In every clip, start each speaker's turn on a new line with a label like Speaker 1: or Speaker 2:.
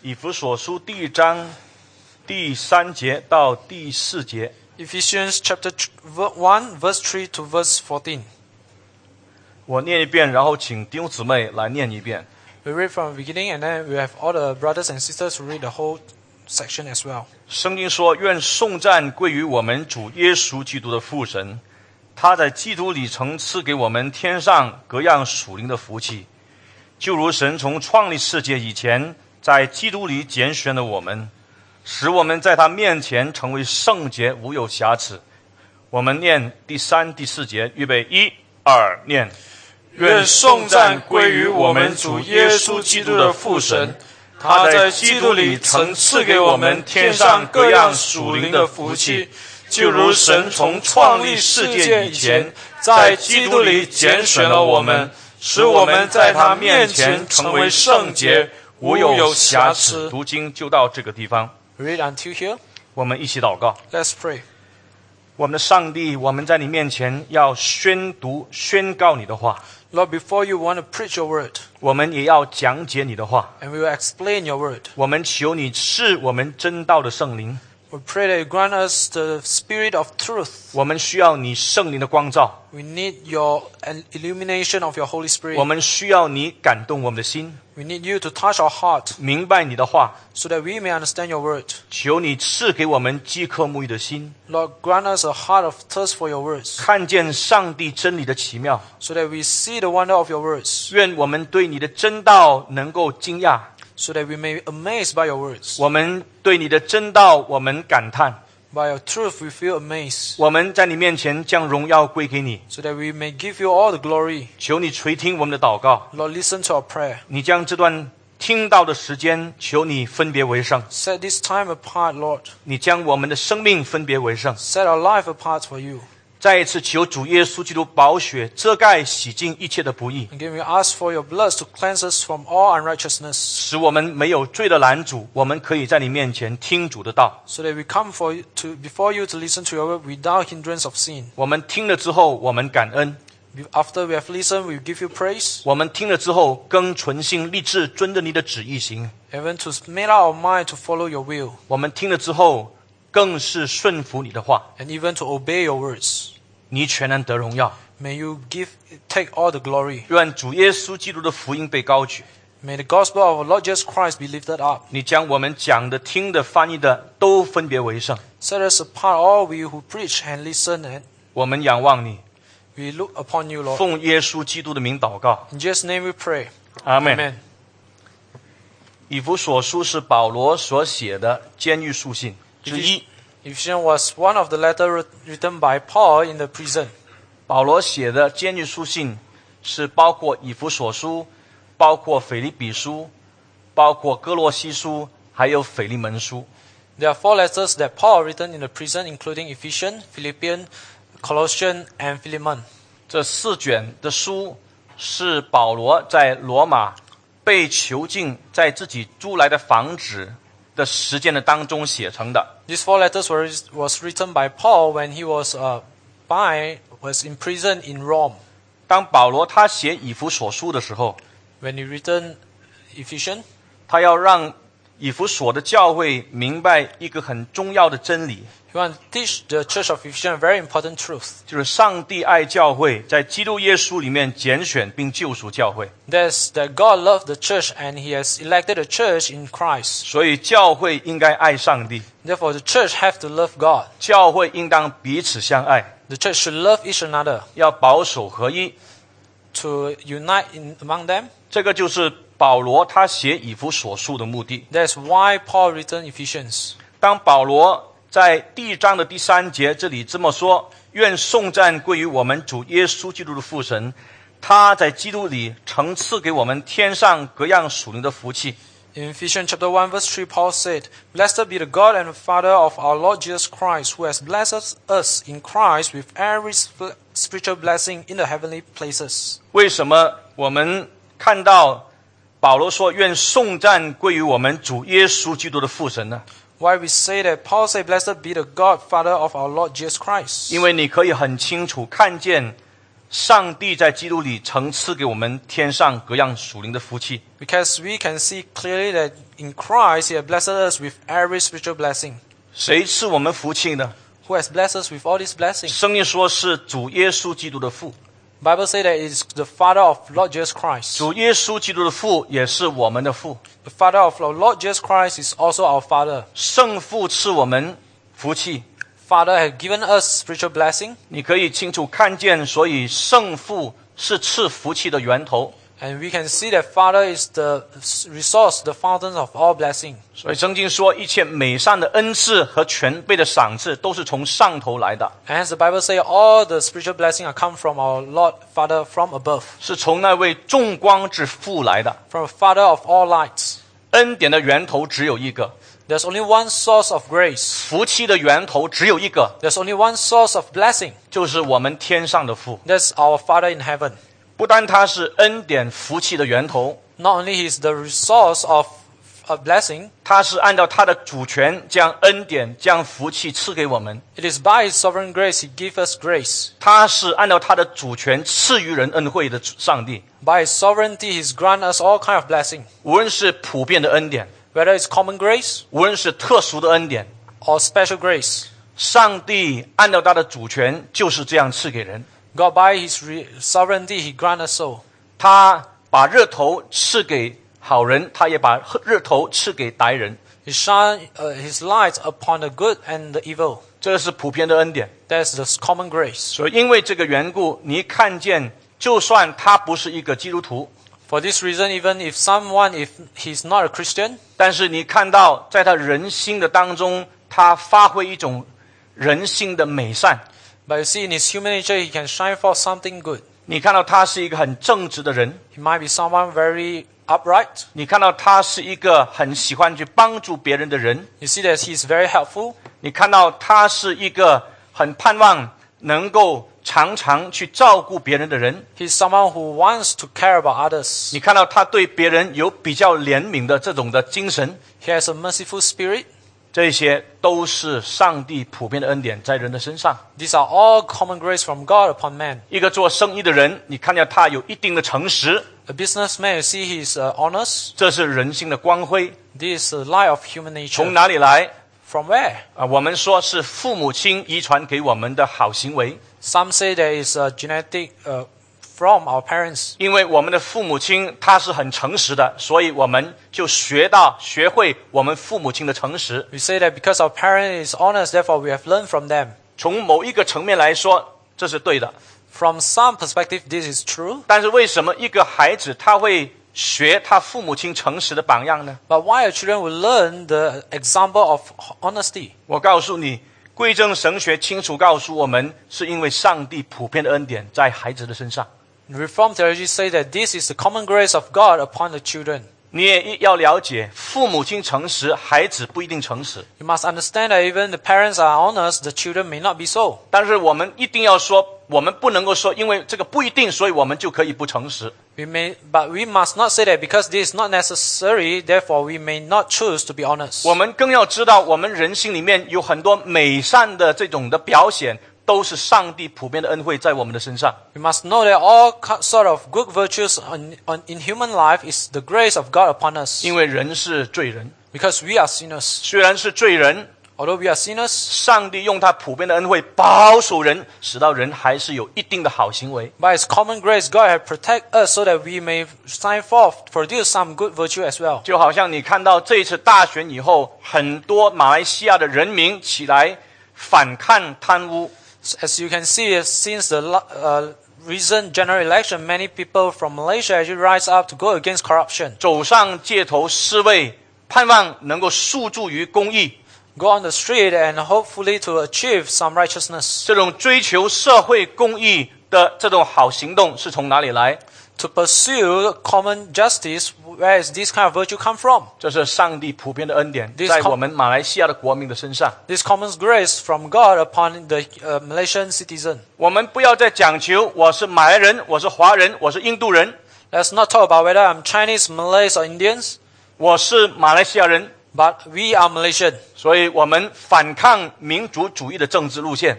Speaker 1: 以弗所书第一章第三节到第四节，
Speaker 2: Ephesians chapter tr- ver- 1, verse 3 to verse 14.
Speaker 1: 我念一遍，然后请弟兄姊妹来念一遍。
Speaker 2: We read from the beginning, and then we have all the brothers and sisters who read the whole section as well.
Speaker 1: 圣经说：“愿颂赞归于我们主耶稣基督的父神，他在基督里曾赐给我们天上各样属灵的福气，就如神从创立世界以前，在基督里拣选了我们，使我们在他面前成为圣洁，无有瑕疵。”我们念第三、第四节，预备，一、二，念。
Speaker 3: 愿颂赞归于我们主耶稣基督的父神，他在基督里曾赐给我们天上各样属灵的福气，就如神从创立世界以前，在基督里拣选了我们，使我们在他面前成为圣洁，无有瑕疵。
Speaker 1: 读经就到这个地方，
Speaker 2: We read until here.
Speaker 1: 我们一起祷告。
Speaker 2: Let's pray.
Speaker 1: 我们的上帝，我们在你面前要宣读、宣告你的话，
Speaker 2: Lord, before you want to preach your word,
Speaker 1: 我们也要讲解你的话。
Speaker 2: and we will explain your word.
Speaker 1: 我们求你赐我们真道的圣灵，
Speaker 2: We pray that you grant us the spirit of truth.
Speaker 1: 我们需要你圣灵的光照，
Speaker 2: We need your il- illumination of your Holy
Speaker 1: 我
Speaker 2: Spirit.
Speaker 1: 们需要你感动我们的心，
Speaker 2: We need you to touch our heart
Speaker 1: 明白你的话。
Speaker 2: so that we may understand your word.
Speaker 1: 求你赐给我们饥渴沐浴的心，
Speaker 2: Lord, grant us a heart of thirst for your words
Speaker 1: 看见上帝真理的奇妙。
Speaker 2: so that we see the wonder of your words,
Speaker 1: 愿我们对你的真道能够惊讶，
Speaker 2: so that we may be amazed by your words.
Speaker 1: 我们对你的真道我们感叹，
Speaker 2: By your truth, we feel amazed
Speaker 1: 我们在你面前将荣耀归给你。
Speaker 2: so that we may give you all the glory.
Speaker 1: 求你垂听我们的祷告，
Speaker 2: Lord, listen to our prayer.
Speaker 1: 你将这段听到的时间，求你分别为圣，
Speaker 2: Set this time apart, Lord.
Speaker 1: 你将我们的生命分别为圣。
Speaker 2: Set our life apart for you.
Speaker 1: 再一次求主耶稣基督宝血遮盖、洗净一切的不义，
Speaker 2: Again, we ask for your blood to cleanse us from all unrighteousness,
Speaker 1: 使我们没有罪的拦阻，我们可以在你面前听主的道。
Speaker 2: so that we come for you to, before you to listen to your word without hindrance of sin.
Speaker 1: 我们听了之后，我们感恩；
Speaker 2: Be- After we have listened, we give you praise,
Speaker 1: 我们听了之后，更存心立志遵着你的旨意行；
Speaker 2: even to make up our mind to follow your will,
Speaker 1: 我们听了之后，更是顺服你的话。
Speaker 2: and even to obey your words.
Speaker 1: 你全能得荣耀，
Speaker 2: May you give, take all the glory.
Speaker 1: 愿主耶稣基督的福音被高举。
Speaker 2: May the gospel of our Lord Jesus Christ be lifted up.
Speaker 1: 你将我们讲的、听的、翻译的都分别为圣。
Speaker 2: Set us apart, all we who preach and listen, and
Speaker 1: 我们仰望你，
Speaker 2: we look upon you, Lord.
Speaker 1: 奉耶稣基督的名祷告，
Speaker 2: In Jesus' name we pray.
Speaker 1: 阿门。
Speaker 2: Amen.
Speaker 1: 以弗所书是保罗所写的监狱书信之一。
Speaker 2: Ephesians was one of the letters written by Paul in the prison.
Speaker 1: 保罗写的监狱书信是包括以弗所书、包括腓立比书、包括哥罗西书，还有腓利门书。
Speaker 2: There are four letters that Paul written in the prison, including Ephesians, Philippians, Colossians, and Philemon.
Speaker 1: 这四卷的书是保罗在罗马被囚禁，在自己租来的房子的时间的当中写成的。
Speaker 2: These four letters were was written by Paul when he was uh, by was imprisoned in Rome.
Speaker 1: 当保罗他写以弗所书的时候，
Speaker 2: When he written Ephesians,
Speaker 1: 他要让以弗所的教会明白一个很重要的真理，
Speaker 2: he wanted to teach the church of Ephesians a very important truth.
Speaker 1: 就是上帝爱教会，在基督耶稣里面拣选并救赎教会。
Speaker 2: That's that God loved the church and he has elected a church in Christ.
Speaker 1: 所以教会应该爱上帝，
Speaker 2: Therefore, the church have to love God.
Speaker 1: 教会应当彼此相爱，
Speaker 2: The church should love each another
Speaker 1: 要保守合一。
Speaker 2: to unite in, among them.
Speaker 1: 这个就是保罗他写以弗所书的目的。
Speaker 2: That's why Paul written Ephesians.
Speaker 1: 当保罗在第一章的第三节这里这么说：“愿颂赞归于我们主耶稣基督的父神，他在基督里曾赐给我们天上各样属灵的福气，
Speaker 2: In Ephesians chapter 1 verse 3 Paul said, "Blessed be the God and Father of our Lord Jesus Christ, who has blessed us in Christ with every sp- spiritual blessing in the heavenly places."
Speaker 1: 为什么我们看到保罗说“愿颂赞归于我们主耶稣基督的父神”呢？
Speaker 2: Why we say that Paul said, "Blessed be the God Father of our Lord Jesus Christ."
Speaker 1: 因为你可以很清楚看见上帝在基督里曾赐给我们天上各样属灵的福气。
Speaker 2: Because we can see clearly that in Christ He has blessed us with every spiritual blessing.
Speaker 1: 谁赐我们福气呢？
Speaker 2: Who has blessed us with all these blessings?
Speaker 1: 圣经说是主耶稣基督的父，
Speaker 2: Bible say that it is the Father of Lord Jesus Christ.
Speaker 1: 主耶稣基督的父也是我们的父。
Speaker 2: The Father of our Lord Jesus Christ is also our Father.
Speaker 1: 圣父赐我们福气，
Speaker 2: Father has given us spiritual blessing,
Speaker 1: 你可以清楚看见，所以圣父是赐福气的源头。
Speaker 2: and we can see that Father is the resource, the fountain of all blessing.
Speaker 1: 所以圣经说，一切美善的恩赐和全备的赏赐都是从上头来的，
Speaker 2: And as the Bible say, all the spiritual blessing are come from our Lord Father from above,
Speaker 1: 是从那位众光之父来的。
Speaker 2: from Father of all lights.
Speaker 1: 恩典的源头只有一个，
Speaker 2: There's only one source of grace.
Speaker 1: 福气的源头只有一个，
Speaker 2: There's only one source of blessing.
Speaker 1: 就是我们天上的父。
Speaker 2: That's our Father in heaven.
Speaker 1: 不单他是恩典福气的源头，
Speaker 2: Not only he is the resource of a blessing,
Speaker 1: 他是按照他的主权将恩典、将福气赐给我们。
Speaker 2: it is by his sovereign grace he gives us grace.
Speaker 1: 他是按照他的主权赐予人恩惠的上帝，
Speaker 2: By his sovereignty he's grant us all kind of blessing,
Speaker 1: 无论是普遍的恩典，
Speaker 2: whether it's common grace
Speaker 1: 无论是特殊的恩典，
Speaker 2: or special grace.
Speaker 1: 上帝按照他的主权就是这样赐给人。
Speaker 2: God by his re- sovereignty he grant us so.
Speaker 1: 他把热头赐给好人，他也把热头赐给歹人，
Speaker 2: He shine uh, his light upon the good and the evil.
Speaker 1: 这是普遍的恩典。
Speaker 2: That's the common grace.
Speaker 1: 所以因为这个缘故，你一看见，就算他不是一个基督徒，
Speaker 2: For this reason, even if someone, if he's not a Christian,
Speaker 1: 但是你看到在他人心的当中，他发挥一种人性的美善。
Speaker 2: but you see in his human nature, he can shine forth something good.
Speaker 1: 你看到他是一个很正直的人，
Speaker 2: He might be someone very upright.
Speaker 1: 你看到他是一个很喜欢去帮助别人的人，
Speaker 2: You see that he's very helpful.
Speaker 1: 你看到他是一个很盼望能够常常去照顾别人的人，
Speaker 2: He's someone who wants to care about others.
Speaker 1: 你看到他对别人有比较怜悯的这种的精神，
Speaker 2: He has a merciful spirit.
Speaker 1: 这些都是上帝普遍的恩典在人的身上。
Speaker 2: These are all common grace from God upon man.
Speaker 1: 一个做生意的人，你看见他有一定的诚实，
Speaker 2: A businessman, you see, he's uh, honest.
Speaker 1: 这是人性的光辉。
Speaker 2: This is the light of human
Speaker 1: 从
Speaker 2: nature.
Speaker 1: 哪里来？
Speaker 2: From where?
Speaker 1: 啊，我们说是父母亲遗传给我们的好行为。
Speaker 2: Some say there is a genetic uh, from our parents
Speaker 1: 因为我们的父母亲他是很诚实的，所以我们就学到学会我们父母亲的诚实。
Speaker 2: We say that because our parent is honest, therefore we have learned from them.
Speaker 1: 从某一个层面来说，这是对的。
Speaker 2: From some perspective, this is true.
Speaker 1: 但是为什么一个孩子他会学他父母亲诚实的榜样呢？
Speaker 2: But why our children will learn the example of honesty?
Speaker 1: 我告诉你，贵正神学清楚告诉我们，是因为上帝普遍的恩典在孩子的身上。
Speaker 2: Reformed theology say that this is the common grace of God upon the children.
Speaker 1: 你也要了解，父母亲诚实，孩子不一定诚实。
Speaker 2: You must understand that even the parents are honest, the children may not be so.
Speaker 1: 但是我们一定要说，我们不能够说，因为这个不一定，所以我们就可以不诚实。
Speaker 2: We may, but we must not say that because this is not necessary, therefore we may not choose to be honest.
Speaker 1: 我们更要知道，我们人性里面有很多美善的这种的表显，都是上帝普遍的恩惠在我们的身上。
Speaker 2: We must know that all ki- sort of good virtues on, on, in human life is the grace of God upon us.
Speaker 1: 因为人是罪人，
Speaker 2: Because we are sinners.
Speaker 1: 虽然是罪人，
Speaker 2: Although we are sinners,
Speaker 1: 上帝用他普遍的恩惠保守人，使到人还是有一定的好行为。
Speaker 2: by His common grace, God has protected us so that we may sign forth, produce some good virtue as well.
Speaker 1: 就好像你看到这次大选以后，很多马来西亚的人民起来反抗贪污，
Speaker 2: As you can see, since the la- uh, recent general election, many people from Malaysia actually rise up to go against corruption,
Speaker 1: 走上街头示威，盼望能够诉诸于公义。
Speaker 2: go on the street, and hopefully to achieve some righteousness.
Speaker 1: 这种追求社会公益的这种好行动是从哪里来？
Speaker 2: To pursue common justice, where is this kind of virtue come from?
Speaker 1: 这是上帝普遍的恩典，
Speaker 2: This
Speaker 1: 在
Speaker 2: com-
Speaker 1: 我们马来西亚的国民的身上。
Speaker 2: This common grace from God upon the uh, Malaysian citizen.
Speaker 1: 我们不要再讲求我是马来人，我是华人，我是印度人，
Speaker 2: Let's not talk about whether I'm Chinese, Malays, or Indians,
Speaker 1: 我是马来西亚人。
Speaker 2: but we are Malaysian.
Speaker 1: 所以我们反抗民族主义的政治路线，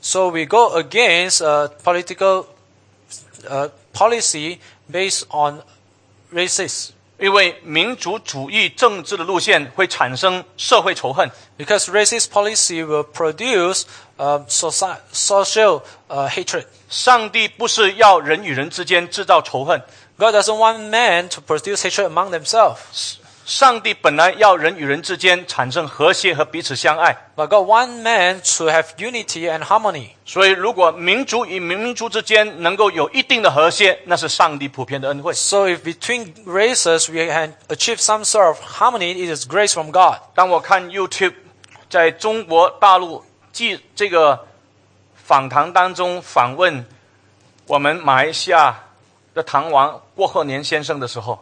Speaker 2: So we go against uh, political a policy based on races.
Speaker 1: 因为民族主义政治的路线会产生社会仇恨，
Speaker 2: Because racist policy will produce um, soci- social uh, hatred.
Speaker 1: 上帝不是要人与人之间制造仇恨，
Speaker 2: God doesn't want men to produce hatred among themselves,
Speaker 1: 上帝本来要人与人之间产生和谐和彼此相爱。
Speaker 2: but God wants men to have unity and harmony.
Speaker 1: 所以，如果民族与民族之间能够有一定的和谐，那是上帝普遍的恩惠。
Speaker 2: So, if between races we can achieve some sort of harmony, it is grace from God.
Speaker 1: 当我看 YouTube 在中国大陆记这个访谈当中访问我们马来西亚的唐王郭鹤年先生的时候，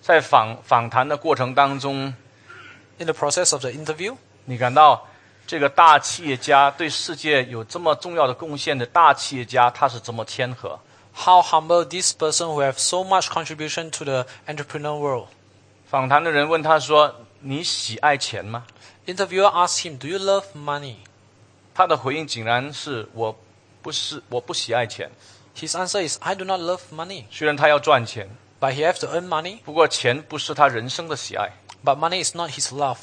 Speaker 1: 在访访谈的过程当中，
Speaker 2: In the process of the interview,
Speaker 1: 你感到这个大企业家对世界有这么重要的贡献的大企业家，他是怎么谦和？
Speaker 2: how humble this person who have so much contribution to the entrepreneur world.
Speaker 1: 访谈的人问他说：“你喜爱钱吗？”
Speaker 2: Interviewer asked him, "Do you love money?"
Speaker 1: 他的回应竟然是我不是我不喜爱钱，
Speaker 2: His answer is, "I do not love money,
Speaker 1: 虽然他要赚钱，
Speaker 2: but he have to earn money.
Speaker 1: 不过钱不是他人生的喜爱。
Speaker 2: But money is not his love,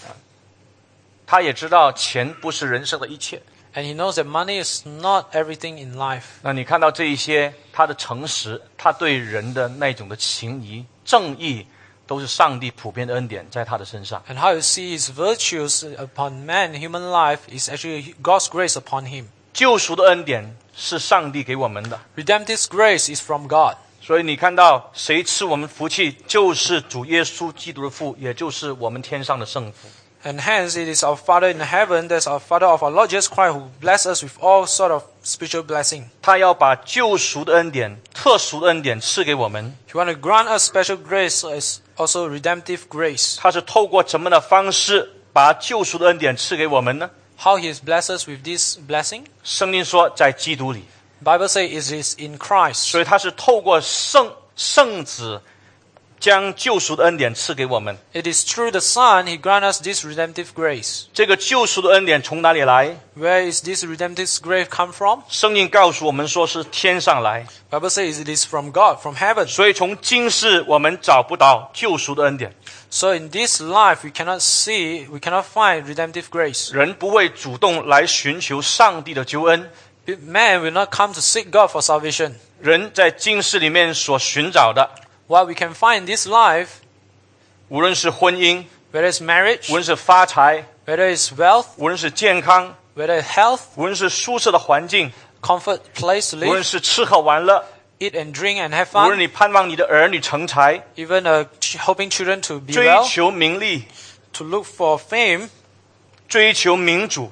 Speaker 1: 他也知道钱不是人生的一切。
Speaker 2: and he knows that money is not everything in life."
Speaker 1: 那你看到这一些，他的诚实，他对人的那种的情谊、正义，都是上帝普遍的恩典在他的身上。
Speaker 2: And how you see his virtues upon man, human life, is actually God's grace upon him.
Speaker 1: 救赎的恩典是上帝给我们的，
Speaker 2: Redemptive grace is from God.
Speaker 1: 所以你看到谁赐我们福气，就是主耶稣基督的父，也就是我们天上的圣父。
Speaker 2: And hence it is our Father in heaven, that's our Father of our Lord Jesus Christ, who bless us with all sort of spiritual blessing.
Speaker 1: 他要把救赎的恩典、特殊的恩典赐给我们。
Speaker 2: He want to grant us special grace as also redemptive grace.
Speaker 1: 他是透过什么样的方式把救赎的恩典赐给我们呢？
Speaker 2: How he has blessed us with this blessing?
Speaker 1: 圣经说在基督里，
Speaker 2: Bible says it is in Christ.
Speaker 1: 所以他是透过圣圣子将救赎的恩典赐给我们。
Speaker 2: It is through the Son he grant us this redemptive grace.
Speaker 1: 这个救赎的恩典从哪里来？
Speaker 2: Where is this redemptive grace come from?
Speaker 1: 圣经告诉我们说是天上来，
Speaker 2: Bible says it is from God, from heaven.
Speaker 1: 所以从今世我们找不到救赎的恩典。
Speaker 2: So in this life we cannot see, we cannot find redemptive grace.
Speaker 1: 人不会主动来寻求上帝的救恩，
Speaker 2: Man will not come to seek God for salvation.
Speaker 1: 人在今世里面所寻找的，
Speaker 2: What we can find in this life,
Speaker 1: 无论是婚姻，
Speaker 2: whether it's marriage,
Speaker 1: 无论是发财，
Speaker 2: whether it's wealth,
Speaker 1: 无论是健康，
Speaker 2: whether it's health,
Speaker 1: 无论是舒适的环境，
Speaker 2: comfort, place to
Speaker 1: 无论
Speaker 2: live,
Speaker 1: 是吃喝玩乐，
Speaker 2: eat and drink and have
Speaker 1: 无论
Speaker 2: fun,
Speaker 1: 你盼望你的儿女成才，
Speaker 2: even uh, ch- helping children to be
Speaker 1: 追
Speaker 2: well,
Speaker 1: 求名利，
Speaker 2: to look for fame,
Speaker 1: 追求民主，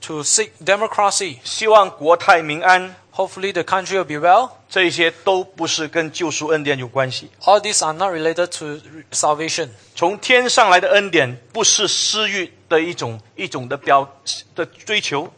Speaker 2: to seek democracy.
Speaker 1: 希望国泰民安，
Speaker 2: Hopefully the country will be well.
Speaker 1: 这些都不是跟救赎恩典有关系。
Speaker 2: All these are not related to re- salvation.
Speaker 1: 从天上来的恩典，不是私欲的一种一种的表的追求。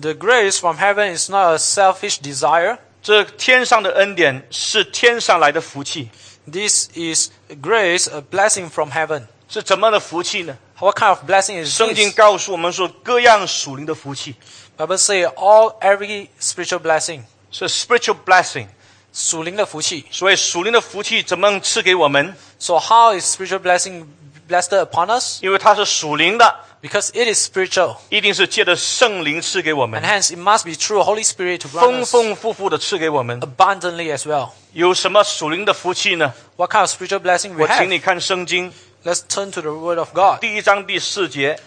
Speaker 2: The grace from heaven is not a selfish desire.
Speaker 1: 这天上的恩典是天上来的福气，
Speaker 2: This is grace, a blessing from heaven.
Speaker 1: 是怎么样的福气呢？
Speaker 2: What kind of blessing is
Speaker 1: 圣经
Speaker 2: this?
Speaker 1: 告诉我们说，各样属灵的福气
Speaker 2: Bible say all every spiritual blessing.
Speaker 1: 是 spiritual blessing。
Speaker 2: 属灵的福气.
Speaker 1: 所以属灵的福气怎么样赐给我们？
Speaker 2: So how is spiritual blessing blessed upon us?
Speaker 1: 因为它是属灵的，
Speaker 2: Because it is spiritual.
Speaker 1: 一定是借着圣灵赐给我们
Speaker 2: And，hence it must be through Holy Spirit to grant
Speaker 1: 丰
Speaker 2: us
Speaker 1: 丰富富的赐给我们。
Speaker 2: abundantly as well.
Speaker 1: 有什么属灵的福气呢？
Speaker 2: What kind of spiritual blessing we
Speaker 1: 我请你
Speaker 2: have?
Speaker 1: 看圣经
Speaker 2: Let's turn to the Word of God.
Speaker 1: 第一章第四节，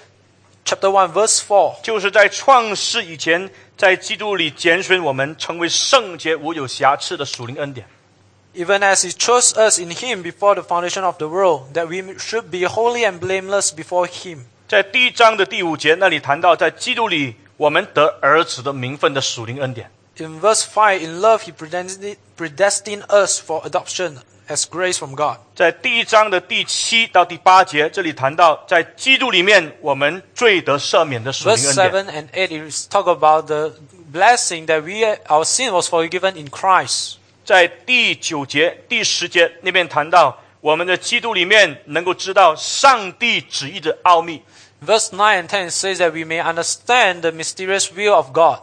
Speaker 2: Chapter 1 verse 4.
Speaker 1: 就是在创世以前，在基督里拣选我们，成为圣洁无有瑕疵的属灵恩典。
Speaker 2: Even as he chose us in him before the foundation of the world, that we should be holy and blameless before him.
Speaker 1: 在第一章的第五节那里谈到，在基督里我们得儿子的名分的属灵恩典。
Speaker 2: In verse 5, in love he predestined predestined us for adoption as grace from God.
Speaker 1: 在第一章的第七到第八节，这里谈到在基督里面我们罪得赦免的属灵
Speaker 2: Verse
Speaker 1: 恩典。
Speaker 2: 7 and 8 is talk about the blessing that we our sin was forgiven in Christ.
Speaker 1: 在第九节、第十节那边谈到，我们的基督里面能够知道上帝旨意的奥秘。
Speaker 2: Verse 9 and 10 says that we may understand the mysterious will of God.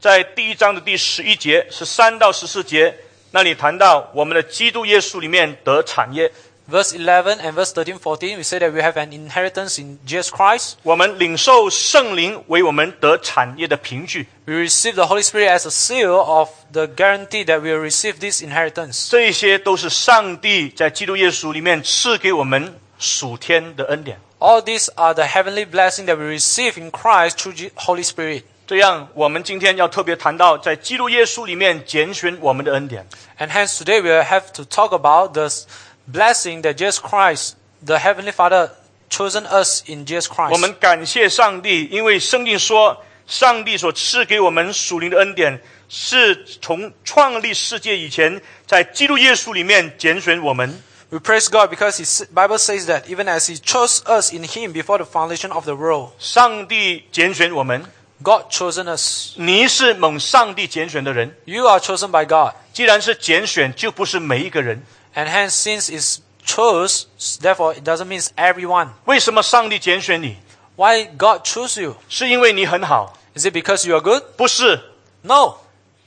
Speaker 1: 在第一章的第十一节是三到十四节，那里谈到我们的基督耶稣里面得产业，
Speaker 2: Verse 11 and verse 13, 14, we say that we have an inheritance in Jesus Christ.
Speaker 1: 我们领受圣灵为我们得产业的凭据。
Speaker 2: We receive the Holy Spirit as a seal of the guarantee that we will receive this inheritance.
Speaker 1: 这一些都是上帝在基督耶稣里面赐给我们属天的恩典。
Speaker 2: All these are the heavenly blessing that we receive in Christ through the Holy Spirit.
Speaker 1: 这样，我们今天要特别谈到在基督耶稣里面拣选我们的恩典。
Speaker 2: And hence today we have to talk about the s- blessing that Jesus Christ, the Heavenly Father, chosen us in Jesus
Speaker 1: 我
Speaker 2: Christ.
Speaker 1: 们感谢上帝，因为圣经说，上帝所赐给我们属灵的恩典，是从创立世界以前，在基督耶稣里面拣选我们。
Speaker 2: We praise God because His Bible says that even as He chose us in Him before the foundation of the world,
Speaker 1: 上帝拣选我们，
Speaker 2: God chosen us.
Speaker 1: 你是蒙上帝拣选的人。
Speaker 2: You are chosen by God.
Speaker 1: 既然是拣选，就不是每一个人。
Speaker 2: And hence, since it's chose, therefore it doesn't mean everyone.
Speaker 1: 为什么上帝拣选你？
Speaker 2: Why God choose you?
Speaker 1: 是因为你很好？
Speaker 2: Is it because you are good?
Speaker 1: 不是，
Speaker 2: No.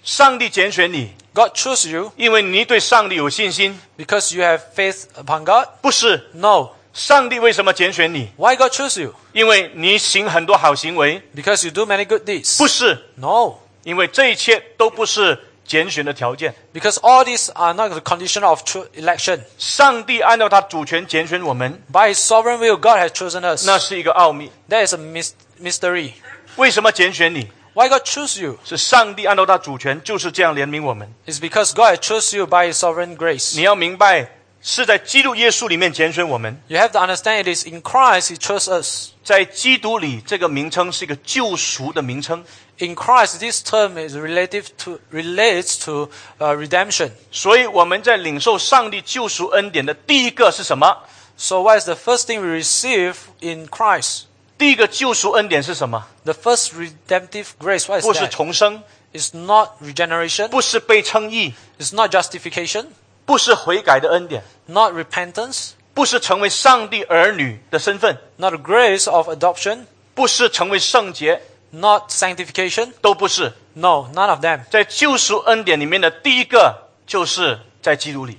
Speaker 1: 上帝拣选你，
Speaker 2: God choose you
Speaker 1: 因为你对上帝有信心。
Speaker 2: because you have faith upon God?
Speaker 1: 不是，
Speaker 2: No.
Speaker 1: 上帝为什么拣选你？
Speaker 2: Why God choose you?
Speaker 1: 因为你行很多好行为。
Speaker 2: Because you do many good deeds?
Speaker 1: 不是，
Speaker 2: No.
Speaker 1: 因为这一切都不是拣选的条件。
Speaker 2: Because all these are not the condition of true election.
Speaker 1: 上帝按照他主权拣选我们，
Speaker 2: By His sovereign will, God has chosen us.
Speaker 1: 那是一个奥秘。
Speaker 2: That is a mys- mystery.
Speaker 1: 为什么拣选你？
Speaker 2: Why God choose you?
Speaker 1: 是上帝按照他主权就是这样怜悯我们。
Speaker 2: It's because God has chose you by His sovereign grace.
Speaker 1: 你要明白，是在基督耶稣里面拣选我们，
Speaker 2: You have to understand it is in Christ He chose us.
Speaker 1: 在基督里这个名称是一个救赎的名称，
Speaker 2: In Christ, this term is relative to relates to uh, redemption.
Speaker 1: 所以我们在领受上帝救赎恩典的第一个是什么？
Speaker 2: So, what is the first thing we receive in Christ?
Speaker 1: 第一个救赎恩典是什么？
Speaker 2: The first redemptive grace. What is
Speaker 1: 不是
Speaker 2: that?
Speaker 1: 重生，
Speaker 2: It's not regeneration.
Speaker 1: 不是被称义，
Speaker 2: It's not justification.
Speaker 1: 不是悔改的恩典，
Speaker 2: Not repentance.
Speaker 1: 不是成为上帝儿女的身份，
Speaker 2: Not the grace of adoption.
Speaker 1: 不是成为圣洁，
Speaker 2: Not sanctification.
Speaker 1: 都不是。
Speaker 2: No, none of them.
Speaker 1: 在救赎恩典里面的第一个就是在基督里，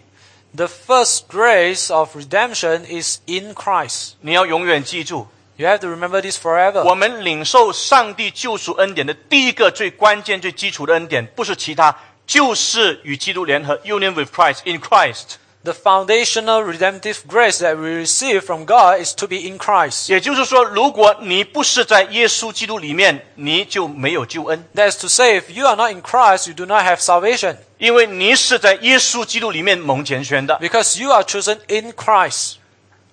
Speaker 2: The first grace of redemption is in Christ.
Speaker 1: 你要永远记住，
Speaker 2: You have to remember this forever.
Speaker 1: 我们领受上帝救赎恩典的第一个最关键、最基础的恩典，不是其他，就是与基督联合 （union with Christ in Christ），
Speaker 2: The foundational redemptive grace that we receive from God is to be in Christ.
Speaker 1: 也就是说，如果你不是在耶稣基督里面，你就没有救恩，
Speaker 2: That is to say, if you are not in Christ, you do not have salvation
Speaker 1: 因为你是在耶稣基督里面蒙拣选的。
Speaker 2: because you are chosen in Christ.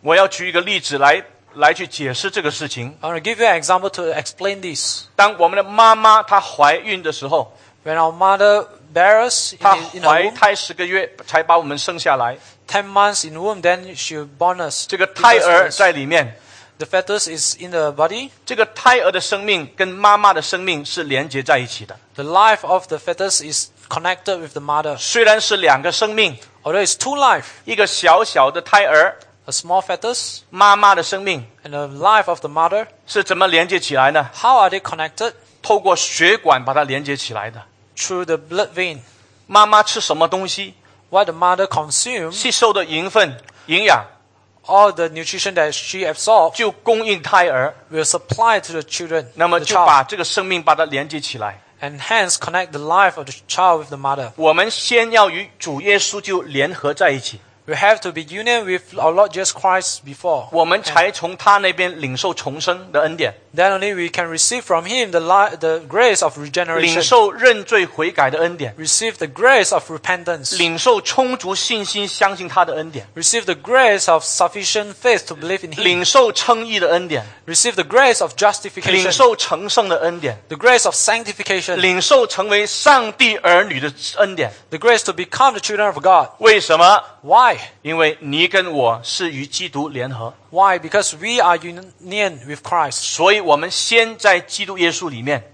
Speaker 1: 我要举一个例子来来去解释这个事情。
Speaker 2: I want to give you an example to explain this.
Speaker 1: 当我们的妈妈她怀孕的时候，
Speaker 2: When our mother bears in,
Speaker 1: 她
Speaker 2: the- in her
Speaker 1: 怀
Speaker 2: womb,
Speaker 1: 胎十个月才把我们生下来，
Speaker 2: 10 months in womb, then she born us.
Speaker 1: 这个
Speaker 2: Because
Speaker 1: 胎儿在里面，
Speaker 2: the fetus is in the body.
Speaker 1: 这个胎儿的生命跟妈妈的生命是连接在一起的。
Speaker 2: The life of the fetus is connected with the mother.
Speaker 1: 虽然是两个生命，
Speaker 2: Although it's two life,
Speaker 1: 一个小小的胎儿，
Speaker 2: a small fetus
Speaker 1: 妈妈的生命
Speaker 2: and the life of the mother,
Speaker 1: 是怎么连接起来呢？
Speaker 2: how are they connected?
Speaker 1: 透过血管把它连接起来的。
Speaker 2: Through the blood vein.
Speaker 1: 妈妈吃什么东西，
Speaker 2: what the mother consumes,
Speaker 1: 吸收的营分、营养
Speaker 2: all the nutrition that she absorbs,
Speaker 1: 就供应胎儿，
Speaker 2: will supply to the children,
Speaker 1: 那么
Speaker 2: the
Speaker 1: 就把
Speaker 2: child,
Speaker 1: 这个生命把它连接起来。
Speaker 2: and hence connect the life of the child with the mother.
Speaker 1: 我们先要与主耶稣就联合在一起，
Speaker 2: We have to be union with our Lord Jesus Christ before.
Speaker 1: 我们才从他那边领受重生的恩典，
Speaker 2: Then only we can receive from Him the li- the grace of
Speaker 1: 领
Speaker 2: regeneration,
Speaker 1: 受认罪悔改的恩典，
Speaker 2: receive the grace of repentance,
Speaker 1: 领受充足信心相信他的恩典，
Speaker 2: receive the grace of sufficient faith to believe in Him,
Speaker 1: 领受称义的恩典，
Speaker 2: receive the grace of
Speaker 1: 领
Speaker 2: justification,
Speaker 1: 受成圣的恩典，
Speaker 2: the grace of sanctification,
Speaker 1: 领受成为上帝儿女的恩典。
Speaker 2: the grace to become the children of God.
Speaker 1: 为什么？
Speaker 2: Why?
Speaker 1: 因为你跟我是与基督联合，
Speaker 2: Why? Because we are union with Christ.
Speaker 1: 所以我们先在基督耶稣里面，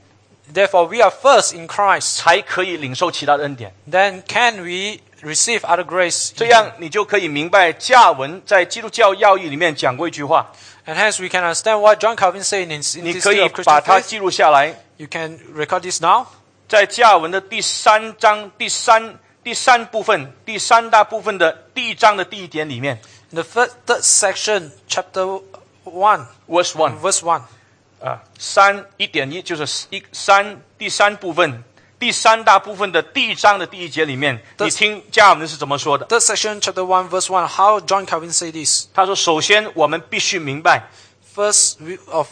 Speaker 2: Therefore, we are first in Christ.
Speaker 1: 才可以领受其他的恩典。
Speaker 2: Then can we receive other grace? in
Speaker 1: 这
Speaker 2: Him?
Speaker 1: 样，你就可以明白加文在基督教要义里面讲过一句话，
Speaker 2: And hence, we can understand what John Calvin said in his in
Speaker 1: 你
Speaker 2: his
Speaker 1: 可
Speaker 2: History
Speaker 1: 以
Speaker 2: of Christian
Speaker 1: 把它
Speaker 2: Faith.
Speaker 1: 记录下来。
Speaker 2: You can record this now.
Speaker 1: 在加文的第三章第三第三部分第三大部分的第一章的第一点里面
Speaker 2: In the third, third section, chapter 1,
Speaker 1: ，verse one
Speaker 2: verse 1,
Speaker 1: 啊，三一点一就是一三第三部分第三大部分的第一章的第一节里面，
Speaker 2: Thus-
Speaker 1: 你听加尔文是怎么说的？
Speaker 2: third section, chapter 1, verse 1, how John Calvin say this.
Speaker 1: 他说：“首先，我们必须明白，
Speaker 2: First, we, of,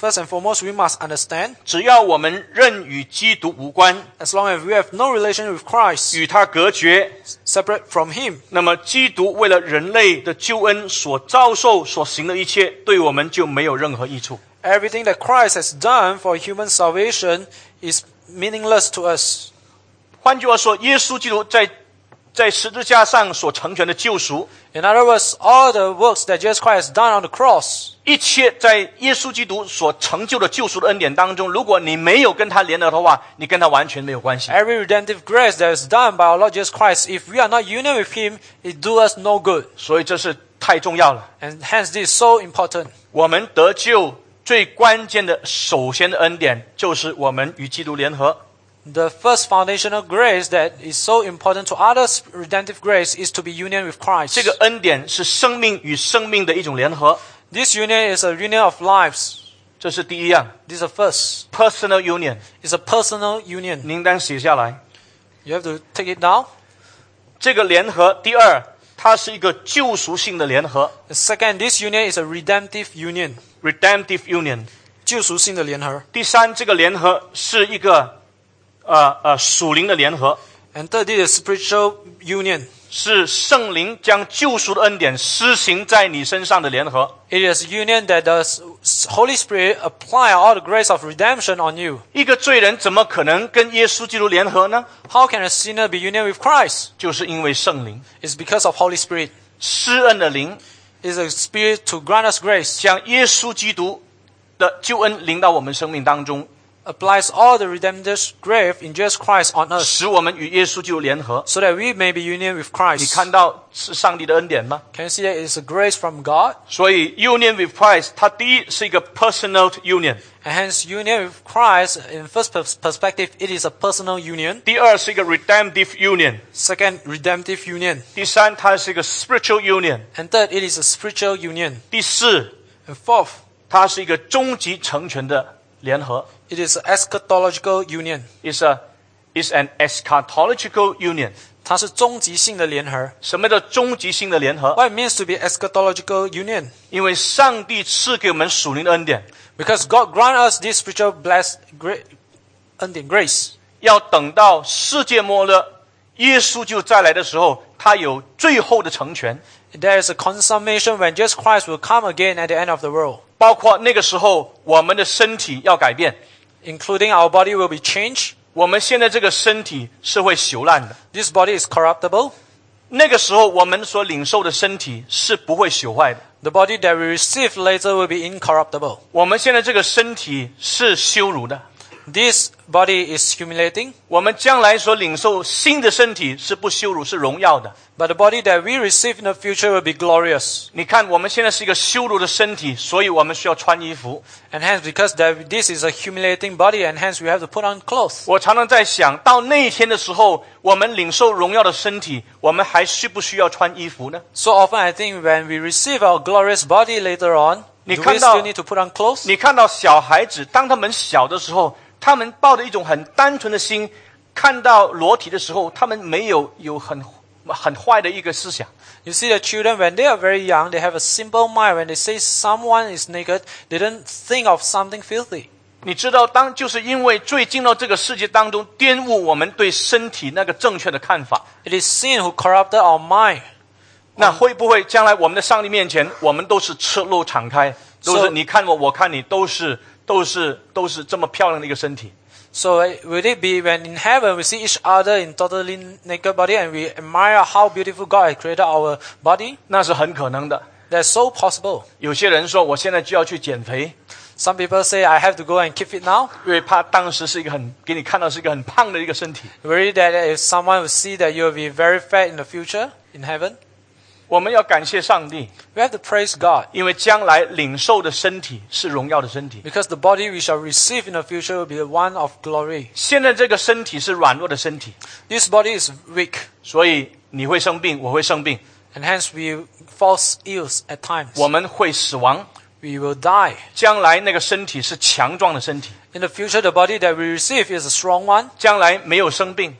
Speaker 2: first and foremost, we must understand,
Speaker 1: 只要我们认与基督无关，
Speaker 2: as long as we have no relation with Christ,
Speaker 1: 与他隔绝，
Speaker 2: separate from Him,
Speaker 1: 那么基督为了人类的救恩所遭受、所行的一切，对我们就没有任何益处。
Speaker 2: everything that Christ has done for human salvation is meaningless to us.
Speaker 1: 换句话说，耶稣基督在在十字架上所成全的救赎，
Speaker 2: In other words, all the works that Jesus Christ has done on the cross,
Speaker 1: 一切在耶稣基督所成就的救赎的恩典当中，如果你没有跟他联合的话，你跟他完全没有关系。
Speaker 2: every redemptive grace that is done by our Lord Jesus Christ, if we are not union with Him, it do us no good.
Speaker 1: 所以这是太重要了。
Speaker 2: And hence this is so important.
Speaker 1: 我们得救最关键的、首先的恩典，就是我们与基督联合。
Speaker 2: The first foundational grace that is so important to others, redemptive grace, is to be union with Christ.
Speaker 1: 这个恩典是生命与生命的一种联合，
Speaker 2: This union is a union of lives.
Speaker 1: 这是第一样
Speaker 2: This is the first.
Speaker 1: ，personal union。
Speaker 2: It's a personal union.
Speaker 1: 名单写下来。
Speaker 2: You have to take it down.
Speaker 1: 这个联合，第二，它是一个救赎性的联合
Speaker 2: The second, this union is a redemptive union.
Speaker 1: （redemptive union）。
Speaker 2: 救赎性的联合。
Speaker 1: 第三，这个联合是一个，呃呃，属灵的联合，
Speaker 2: And thirdly, the spiritual union.
Speaker 1: 是圣灵将救赎的恩典施行在你身上的联合。
Speaker 2: It is a union that the S- Holy Spirit apply all the grace of redemption on you.
Speaker 1: 一个罪人怎么可能跟耶稣基督联合呢？
Speaker 2: How can a sinner be union with Christ?
Speaker 1: 就是因为圣灵，
Speaker 2: It's because of Holy Spirit.
Speaker 1: 施恩的灵
Speaker 2: It's a spirit to grant us grace.
Speaker 1: 将耶稣基督的救恩临到我们生命当中，
Speaker 2: applies all the redemptive grace in Jesus Christ on us,
Speaker 1: 使我们与耶稣基督联合。
Speaker 2: so that we may be union with
Speaker 1: 你
Speaker 2: Christ.
Speaker 1: 看到是上帝的恩典吗？
Speaker 2: Can you see that it's a grace from God,
Speaker 1: 所以 union with Christ，它第一是一个 personal union，
Speaker 2: and hence union with Christ in first pers- perspective, it is a personal union.
Speaker 1: 第二是一个 redemptive union，
Speaker 2: Second, redemptive union,
Speaker 1: 第三它是一个 spiritual union，
Speaker 2: and third, it is a spiritual union.
Speaker 1: 第四
Speaker 2: And fourth,
Speaker 1: 它是一个终极成全的联合
Speaker 2: it is an eschatological union.
Speaker 1: ，is a is an eschatological union。
Speaker 2: 它是终极性的联合。
Speaker 1: 什么叫终极性的联合？
Speaker 2: What it means to be eschatological union?
Speaker 1: 因为上帝赐给我们属灵的恩典，
Speaker 2: Because God grant us this spiritual blessed gra- 恩典 grace.
Speaker 1: 要等到世界末日，耶稣就再来的时候，他有最后的成全。
Speaker 2: There is a consummation when Jesus Christ will come again at the end of the world.
Speaker 1: 包括那个时候，我们的身体要改变，
Speaker 2: including our body will be changed.
Speaker 1: 我们现在这个身体是会朽烂的，
Speaker 2: This body is corruptible.
Speaker 1: 那个时候我们所领受的身体是不会朽坏的。
Speaker 2: The body that we receive later will be incorruptible.
Speaker 1: 我们现在这个身体是羞辱的，
Speaker 2: This body is humiliating,
Speaker 1: 我们将来所领受新的身体是不羞辱，是荣耀的。
Speaker 2: but the body that we receive in the future will be glorious.
Speaker 1: 你看，我们现在是一个羞辱的身体，所以我们需要穿衣服。
Speaker 2: And hence, because that this is a humiliating body, and hence we have to put on clothes.
Speaker 1: 我常常在想到那一天的时候，我们领受荣耀的身体，我们还需不需要穿衣服呢？
Speaker 2: So often, I think when we receive our glorious body later on, do we
Speaker 1: 你看到-
Speaker 2: still need to put on clothes?
Speaker 1: 你看到小孩子，当他们小的时候，他们抱着一种很单纯的心，看到裸体的时候，他们没有有很很坏的一个思想。
Speaker 2: You see, the children, when they are very young, they have a simple mind. When they say someone is naked, they don't think of something filthy.
Speaker 1: 你知道，当就是因为罪进到这个世界当中，玷污我们对身体那个正确的看法。
Speaker 2: It is sin who corrupted our mind.
Speaker 1: 那会不会将来我们的上帝面前，我们都是赤露敞开，都
Speaker 2: So-
Speaker 1: 是你看我，我看你，都是都是都是这么漂亮的一个身体？
Speaker 2: So uh, will it be when in heaven we see each other in totally naked body and we admire how beautiful God has created our body?
Speaker 1: 那是很可能的。
Speaker 2: That's so possible.
Speaker 1: 有些人说，我现在就要去减肥，
Speaker 2: Some people say I have to go and keep fit now.
Speaker 1: 因为怕当时是一个很给你看到是一个很胖的一个身体。
Speaker 2: Worry that if someone will see that you will be very fat in the future in heaven.
Speaker 1: 我们要感谢上帝，
Speaker 2: We have to praise God
Speaker 1: 因为将来领受的身体是荣耀的身体。
Speaker 2: because the body we shall receive in the future will be the one of glory.
Speaker 1: 现在这个身体是软弱的身体，
Speaker 2: This body is weak,
Speaker 1: 所以你会生病，我会生病，
Speaker 2: and hence we fall ill at times.
Speaker 1: 我们会死亡。
Speaker 2: We will die.
Speaker 1: 将来那个身体是强壮的身体，
Speaker 2: In the future, the body that we receive is a strong one.
Speaker 1: 将来没有生病，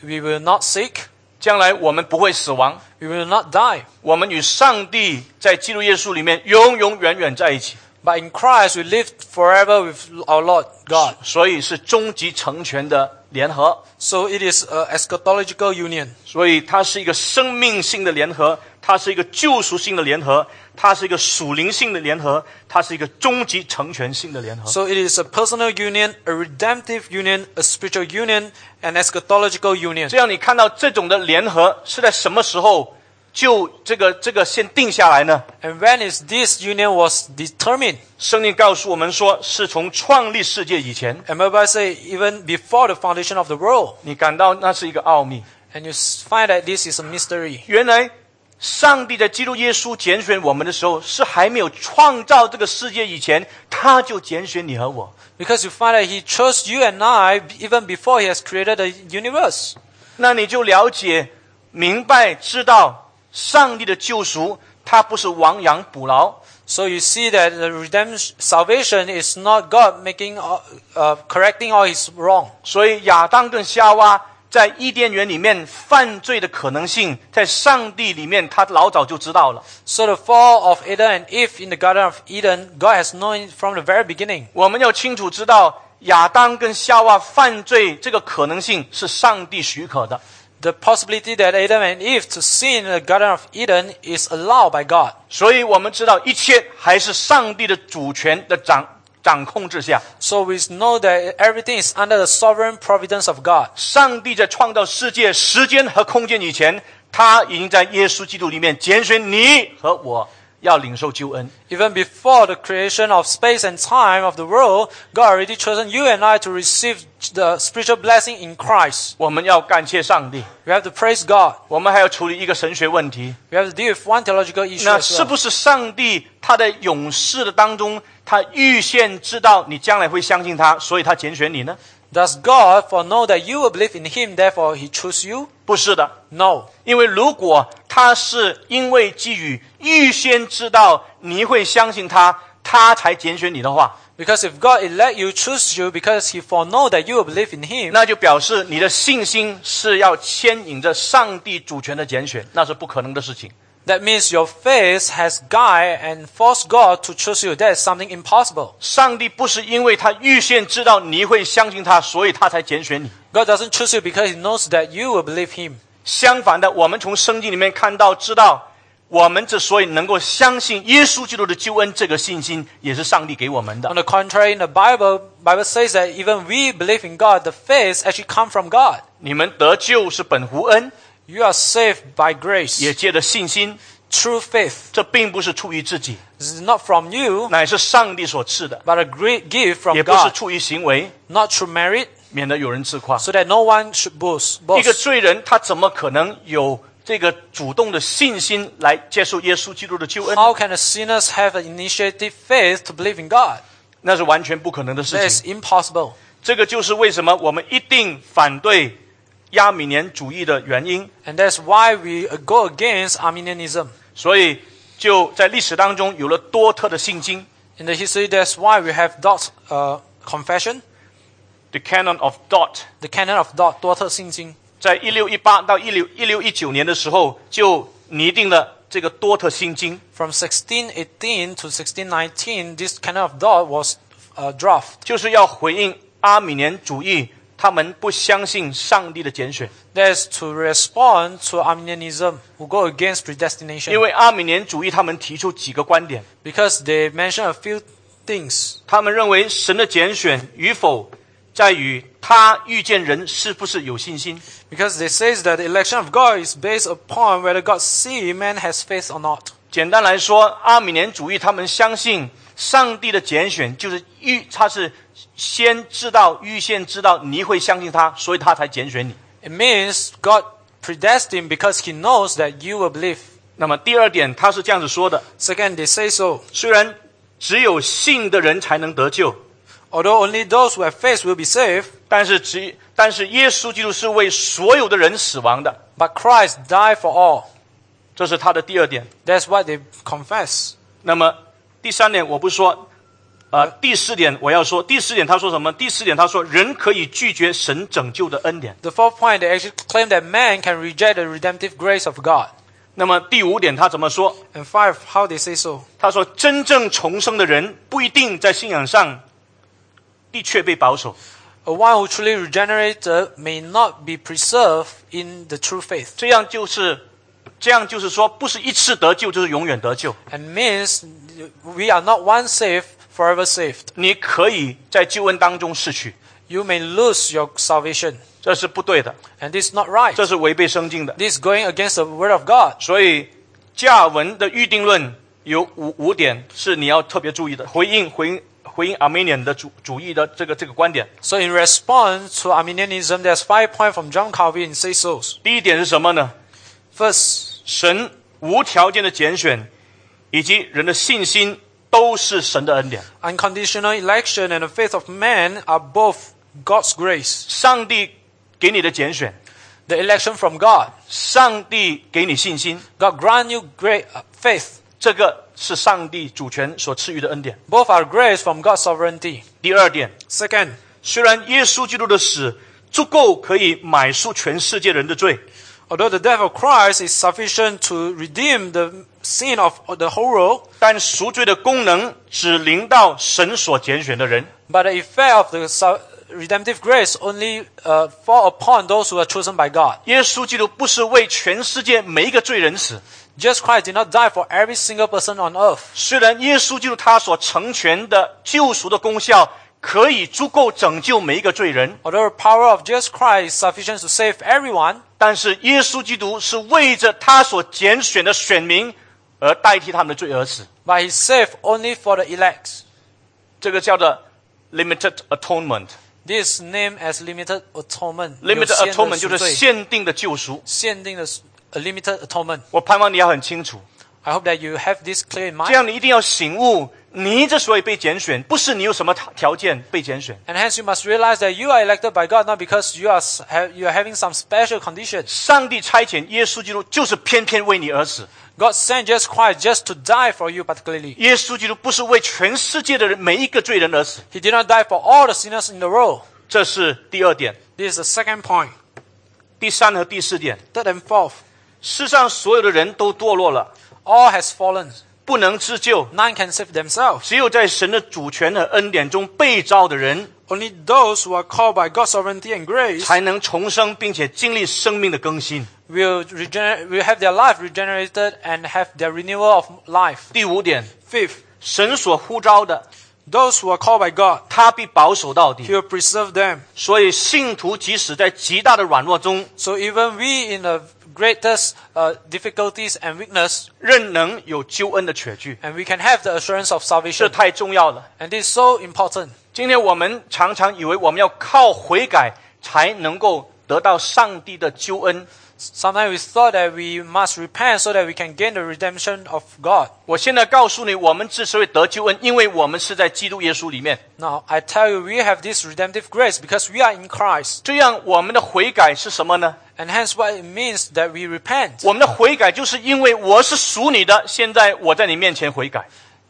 Speaker 2: We will not sick.
Speaker 1: 将来我们不会死亡，
Speaker 2: We will not die.
Speaker 1: 我们与上帝在基督耶稣里面永永远远在一起，
Speaker 2: But in Christ, we live forever with our Lord God.
Speaker 1: 所以是终极成全的联合，
Speaker 2: So it is a eschatological union.
Speaker 1: 所以它是一个生命性的联合，它是一个救赎性的联合，它是一个属灵性的联合，它是一个终极成全性的联合。
Speaker 2: So it is a personal union, a redemptive union, a spiritual union, an eschatological union.
Speaker 1: 这样你看到这种的联合是在什么时候就这个这个先定下来呢？
Speaker 2: And when is this union was determined?
Speaker 1: 圣经告诉我们说，是从创立世界以前，
Speaker 2: And Bible say even before the foundation of the world.
Speaker 1: 你感到那是一个奥秘。
Speaker 2: And you s- find that this is a mystery.
Speaker 1: 原来上帝在基督耶稣拣选我们的时候，是还没有创造这个世界以前，他就拣选你和我。
Speaker 2: Because you find that he chose you and I b- even before he has created the universe.
Speaker 1: 那你就了解、明白、知道上帝的救赎，他不是亡羊补牢，
Speaker 2: So you see that the redemption, salvation is not God making, all- uh, correcting all his wrong.
Speaker 1: 所以亚当跟夏娃在伊甸园里面犯罪的可能性，在上帝里面他老早就知道了。
Speaker 2: So the fall of Adam and Eve in the Garden of Eden, God has known it from the very beginning.
Speaker 1: 我们要清楚知道，亚当跟夏娃犯罪这个可能性是上帝许可的。
Speaker 2: The possibility that Adam and Eve to sin in the Garden of Eden is allowed by God.
Speaker 1: 所以我们知道，一切还是上帝的主权的掌掌控之下。
Speaker 2: So we know that everything is under the sovereign providence of God.
Speaker 1: 上帝在创造世界时间和空间以前，他已经在耶稣基督里面拣选你和我，要领受救恩。
Speaker 2: Even before the creation of space and time of the world, God already chosen you and I to receive the spiritual blessing in Christ.
Speaker 1: 我们要感谢上帝。
Speaker 2: We have to praise God.
Speaker 1: 我们还要处理一个神学问题，
Speaker 2: We have to deal with one theological issue.
Speaker 1: 那
Speaker 2: As
Speaker 1: 是
Speaker 2: well.
Speaker 1: 不是上帝他在勇士的当中，他预先知道你将来会相信他，所以他拣选你呢？
Speaker 2: Does God foreknow that you will believe in Him, therefore He chose you?
Speaker 1: 不是的，
Speaker 2: No.
Speaker 1: 因为如果他是因为基于预先知道你会相信他，他才拣选你的话，
Speaker 2: Because if God elect you, choose you, because He foreknow that you will believe in Him,
Speaker 1: 那就表示你的信心是要牵引着上帝主权的拣选，那是不可能的事情。
Speaker 2: that means your faith has guided and forced God to choose you. That is something impossible.
Speaker 1: 上帝不是因为他预先知道你会相信他，所以他才拣选你。
Speaker 2: God doesn't choose you because He knows that you will believe Him.
Speaker 1: 相反的，我们从圣经里面看到，知道我们之所以能够相信耶稣基督的救恩，这个信心也是上帝给我们的
Speaker 2: On。the contrary, in the Bible, Bible says that even we believe in God, the faith actually come from God.
Speaker 1: 你们得救是本乎恩，
Speaker 2: You are saved by grace,
Speaker 1: 也借着信心，
Speaker 2: true faith.
Speaker 1: 这并不是出于自己。
Speaker 2: This is not from you,
Speaker 1: 乃是上帝所赐的，
Speaker 2: but a great gift from
Speaker 1: 也不是
Speaker 2: God,
Speaker 1: 出于行为，
Speaker 2: not through merit,
Speaker 1: 免得有人自夸。
Speaker 2: so that no one should boast.
Speaker 1: 一个
Speaker 2: boast.
Speaker 1: 罪人，他怎么可能有这个主动的信心来接受耶稣基督的救恩？
Speaker 2: How can the sinners have an initiative faith to believe in God?
Speaker 1: 那是完全不可能的事
Speaker 2: That is
Speaker 1: 情。
Speaker 2: impossible.
Speaker 1: 这个就是为什么我们一定反对亚米年主义的原因。
Speaker 2: And that's why we uh, go against Arminianism.
Speaker 1: 所以就在历史当中有了多特的信经
Speaker 2: In the history, that's why we have Dot uh, Confession,
Speaker 1: （The Canon of Dort）。
Speaker 2: the canon of Dot, Daughter Sing Sing.
Speaker 1: 在一六一八到一六一六一九年的时候，就拟定了这个多特信经。
Speaker 2: From 1618 to 1619, this canon of Dot was uh, draft.
Speaker 1: 就是要回应阿米年主义，他们不相信上帝的拣选，
Speaker 2: That is to respond to Arminianism, who go against predestination.
Speaker 1: 因为阿米年主义他们提出几个观点，
Speaker 2: because they mention a few things.
Speaker 1: 他们认为神的拣选与否在于他遇见人是不是有信心，
Speaker 2: Because they says that the election of God is based upon whether God see man has faith or not.
Speaker 1: 简单来说，阿米年主义他们相信上帝的拣选就是预，他是先知道、预先知道你会相信他，所以他才拣选你。
Speaker 2: It means God predestined because He knows that you will believe.
Speaker 1: 那么第二点，他是这样子说的：
Speaker 2: Second, they say so.
Speaker 1: 虽然只有信的人才能得救，
Speaker 2: Although only those who have faith will be saved,
Speaker 1: 但是只但是耶稣基督是为所有的人死亡的，
Speaker 2: but Christ died for all.
Speaker 1: 这是他的第二点。
Speaker 2: That's what they confess.
Speaker 1: 那么第三点，我不说，呃，第四点我要说。第四点他说什么？第四点他说，人可以拒绝神拯救的恩典。
Speaker 2: The fourth point, they actually claim that man can reject the redemptive grace of God.
Speaker 1: 那么第五点他怎么说？
Speaker 2: And five, how they say so.
Speaker 1: 他说，真正重生的人不一定在信仰上的确被保守，
Speaker 2: A one who truly regenerated may not be preserved in the true faith,
Speaker 1: 这样就是这样就是说，不是一次得救就是永远得救。
Speaker 2: and means we are not once saved, forever saved.
Speaker 1: 你可以在救恩当中逝去，
Speaker 2: You may lose your salvation,
Speaker 1: 这是不对的，
Speaker 2: and this is not right.
Speaker 1: 这是违背圣经的。
Speaker 2: This is going against the word of God.
Speaker 1: 所以加尔文的预定论有五五点是你要特别注意的，回应回应回应 Armenian 的主主义的这个这个观点。
Speaker 2: So, in response to Arminianism, there's five points from John Calvin in Say Souls.
Speaker 1: 第一点是什么呢？
Speaker 2: First,
Speaker 1: 神无条件的拣选，以及人的信心都是神的恩典。
Speaker 2: unconditional election and the faith of man are both God's grace.
Speaker 1: 上帝给你的拣选，
Speaker 2: The election from God.
Speaker 1: 上帝给你信心，
Speaker 2: God grant you great uh, faith.
Speaker 1: 这个是上帝主权所赐予的恩典。
Speaker 2: Both are grace from God's sovereignty.
Speaker 1: 第二点，
Speaker 2: Second,
Speaker 1: 虽然耶稣基督的死足够可以买赎全世界人的罪，
Speaker 2: although the death of Christ is sufficient to redeem the sin of the whole world,
Speaker 1: 但赎罪的功能只临到神所拣选的人。
Speaker 2: but the effect of the su- redemptive grace only uh, fall upon those who are chosen by God.
Speaker 1: 耶稣基督不是为全世界每一个罪人死，
Speaker 2: Jesus Christ did not die for every single person on earth.
Speaker 1: 虽然耶稣基督他所成全的救赎的功效可以足够拯救每一个罪人，
Speaker 2: Although the power of Jesus Christ is sufficient to save everyone,
Speaker 1: 但是耶稣基督是为着他所拣选的选民而代替他们的罪而死，
Speaker 2: but he saved only for the elect.
Speaker 1: 这个叫做 limited atonement。
Speaker 2: This is named as limited atonement.
Speaker 1: limited
Speaker 2: 有限的
Speaker 1: atonement 就是
Speaker 2: 赎罪。
Speaker 1: 限定的救赎。
Speaker 2: 限定的 limited atonement.
Speaker 1: 我盼望你要很清楚，
Speaker 2: I hope that you have this clear in
Speaker 1: 这
Speaker 2: mind.
Speaker 1: 样你一定要醒悟，你之所以被拣选，不是你有什么条件被拣选，
Speaker 2: And hence you must realize that you are elected by God not because you are s- ha- you are having some special conditions.
Speaker 1: 上帝差遣耶稣基督就是偏偏为你而死。
Speaker 2: God sent Jesus Christ just to die for you particularly.
Speaker 1: 耶稣基督不是为全世界的人每一个罪人而死，
Speaker 2: He did not die for all the sinners in the world.
Speaker 1: 这是第二点。
Speaker 2: This is the second point.
Speaker 1: 第三和第四点，
Speaker 2: Third and fourth,
Speaker 1: 世上所有的人都堕落了，
Speaker 2: all has fallen.
Speaker 1: 不能自救，
Speaker 2: None can save themselves.
Speaker 1: 只有在神的主权和恩典中被召的人，
Speaker 2: Only those who are called by God's sovereignty and grace
Speaker 1: 才能重生，并且经历生命的更新。
Speaker 2: will regenerate, will have their life regenerated and have their renewal of life.
Speaker 1: 第五点，
Speaker 2: Fifth,
Speaker 1: 神所呼召的，
Speaker 2: those who are called by God,
Speaker 1: 他必保守到底
Speaker 2: He。will preserve them.
Speaker 1: 所以信徒即使在极大的软弱中，
Speaker 2: So even we in the greatest uh, difficulties and weakness,
Speaker 1: 仍能有救恩的确据，
Speaker 2: and we can have the assurance of salvation.
Speaker 1: 这太重要了。
Speaker 2: And this is so important.
Speaker 1: 今天我们常常以为我们要靠悔改才能够得到上帝的救恩。
Speaker 2: Sometimes we thought that we must repent so that we can gain the redemption of God.
Speaker 1: 我现在告诉你，我们之所以得救恩，因为我们是在基督耶稣里面。
Speaker 2: Now I tell you, we have this redemptive grace because we are in Christ,
Speaker 1: 这样，我们的悔改是什么呢？
Speaker 2: and hence what it means that we repent.
Speaker 1: 我们的悔改就是因为我是属你的，现在我在你面前悔改，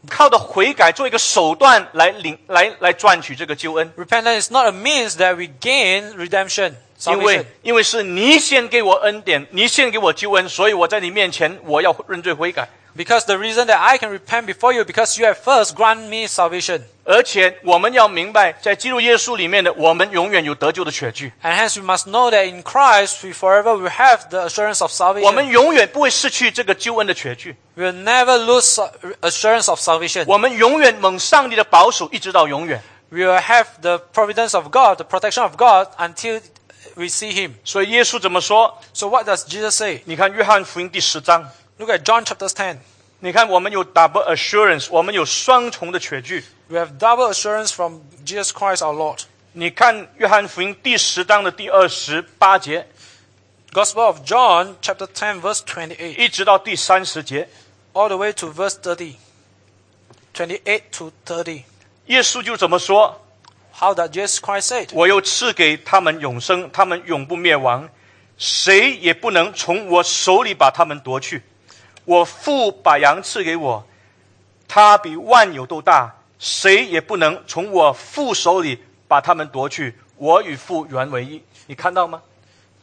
Speaker 1: 靠着悔改做一个手段来领来来赚取这个救恩。
Speaker 2: Repentance is not a means that we gain redemption,
Speaker 1: 因
Speaker 2: salvation.
Speaker 1: 为因为是你先给我恩典，你先给我救恩，所以我在你面前我要认罪悔改，
Speaker 2: Because the reason that I can repent before you, because you have first grant me salvation.
Speaker 1: 而且我们要明白，在基督耶稣里面的我们永远有得救的确据，
Speaker 2: And hence we must know that in Christ we forever will have the assurance of
Speaker 1: 我们
Speaker 2: salvation.
Speaker 1: 永远不会失去这个救恩的确据，
Speaker 2: We will never lose sa- assurance of salvation.
Speaker 1: 我们永远蒙上帝的保守，一直到永远。
Speaker 2: We will have the providence of God, the protection of God until we see Him.
Speaker 1: 所以耶稣怎么说？
Speaker 2: So what does Jesus say?
Speaker 1: 你看约翰福音第十章，
Speaker 2: Look at John chapter 10.
Speaker 1: 你看我们有 double assurance，我们有双重的确据。
Speaker 2: We have double assurance from Jesus Christ our Lord.
Speaker 1: 你看约翰福音第十章的第二十八节，
Speaker 2: Gospel of John, chapter 10, verse 28,
Speaker 1: 一直到第三十节，
Speaker 2: all the way to verse 30. 28 to 30.
Speaker 1: 耶稣就怎么说？
Speaker 2: How that Jesus Christ said,
Speaker 1: 我又赐给他们永生，他们永不灭亡，谁也不能从我手里把他们夺去。我父把羊赐给我，他比万有都大，谁也不能从我父手里把他们夺去。我与父原为一，你看到吗？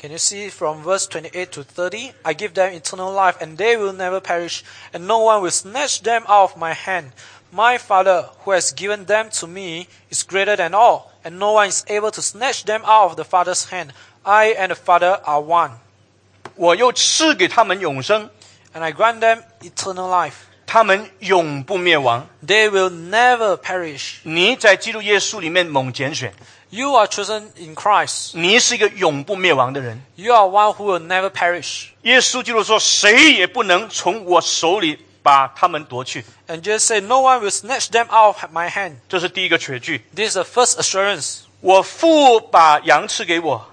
Speaker 2: Can you see from verse 28 to 30? I give them eternal life, and they will never perish, and no one will snatch them out of my hand. My Father, who has given them to me, is greater than all, and no one is able to snatch them out of the Father's hand. I and the Father are one,
Speaker 1: 我又赐给他们永生，
Speaker 2: and I grant them eternal life.
Speaker 1: 他们永不灭亡。
Speaker 2: They will never perish.
Speaker 1: 你在基督耶稣里面蒙拣选，
Speaker 2: You are chosen in Christ.
Speaker 1: 你是一个永不灭亡的人。
Speaker 2: You are one who will never perish.
Speaker 1: 耶稣基督说：“谁也不能从我手里把他们夺去。
Speaker 2: And just say, No one will snatch them out of my hand. ”
Speaker 1: 这是第一个绝句。
Speaker 2: This is the first assurance.
Speaker 1: 我父把羊赐给我，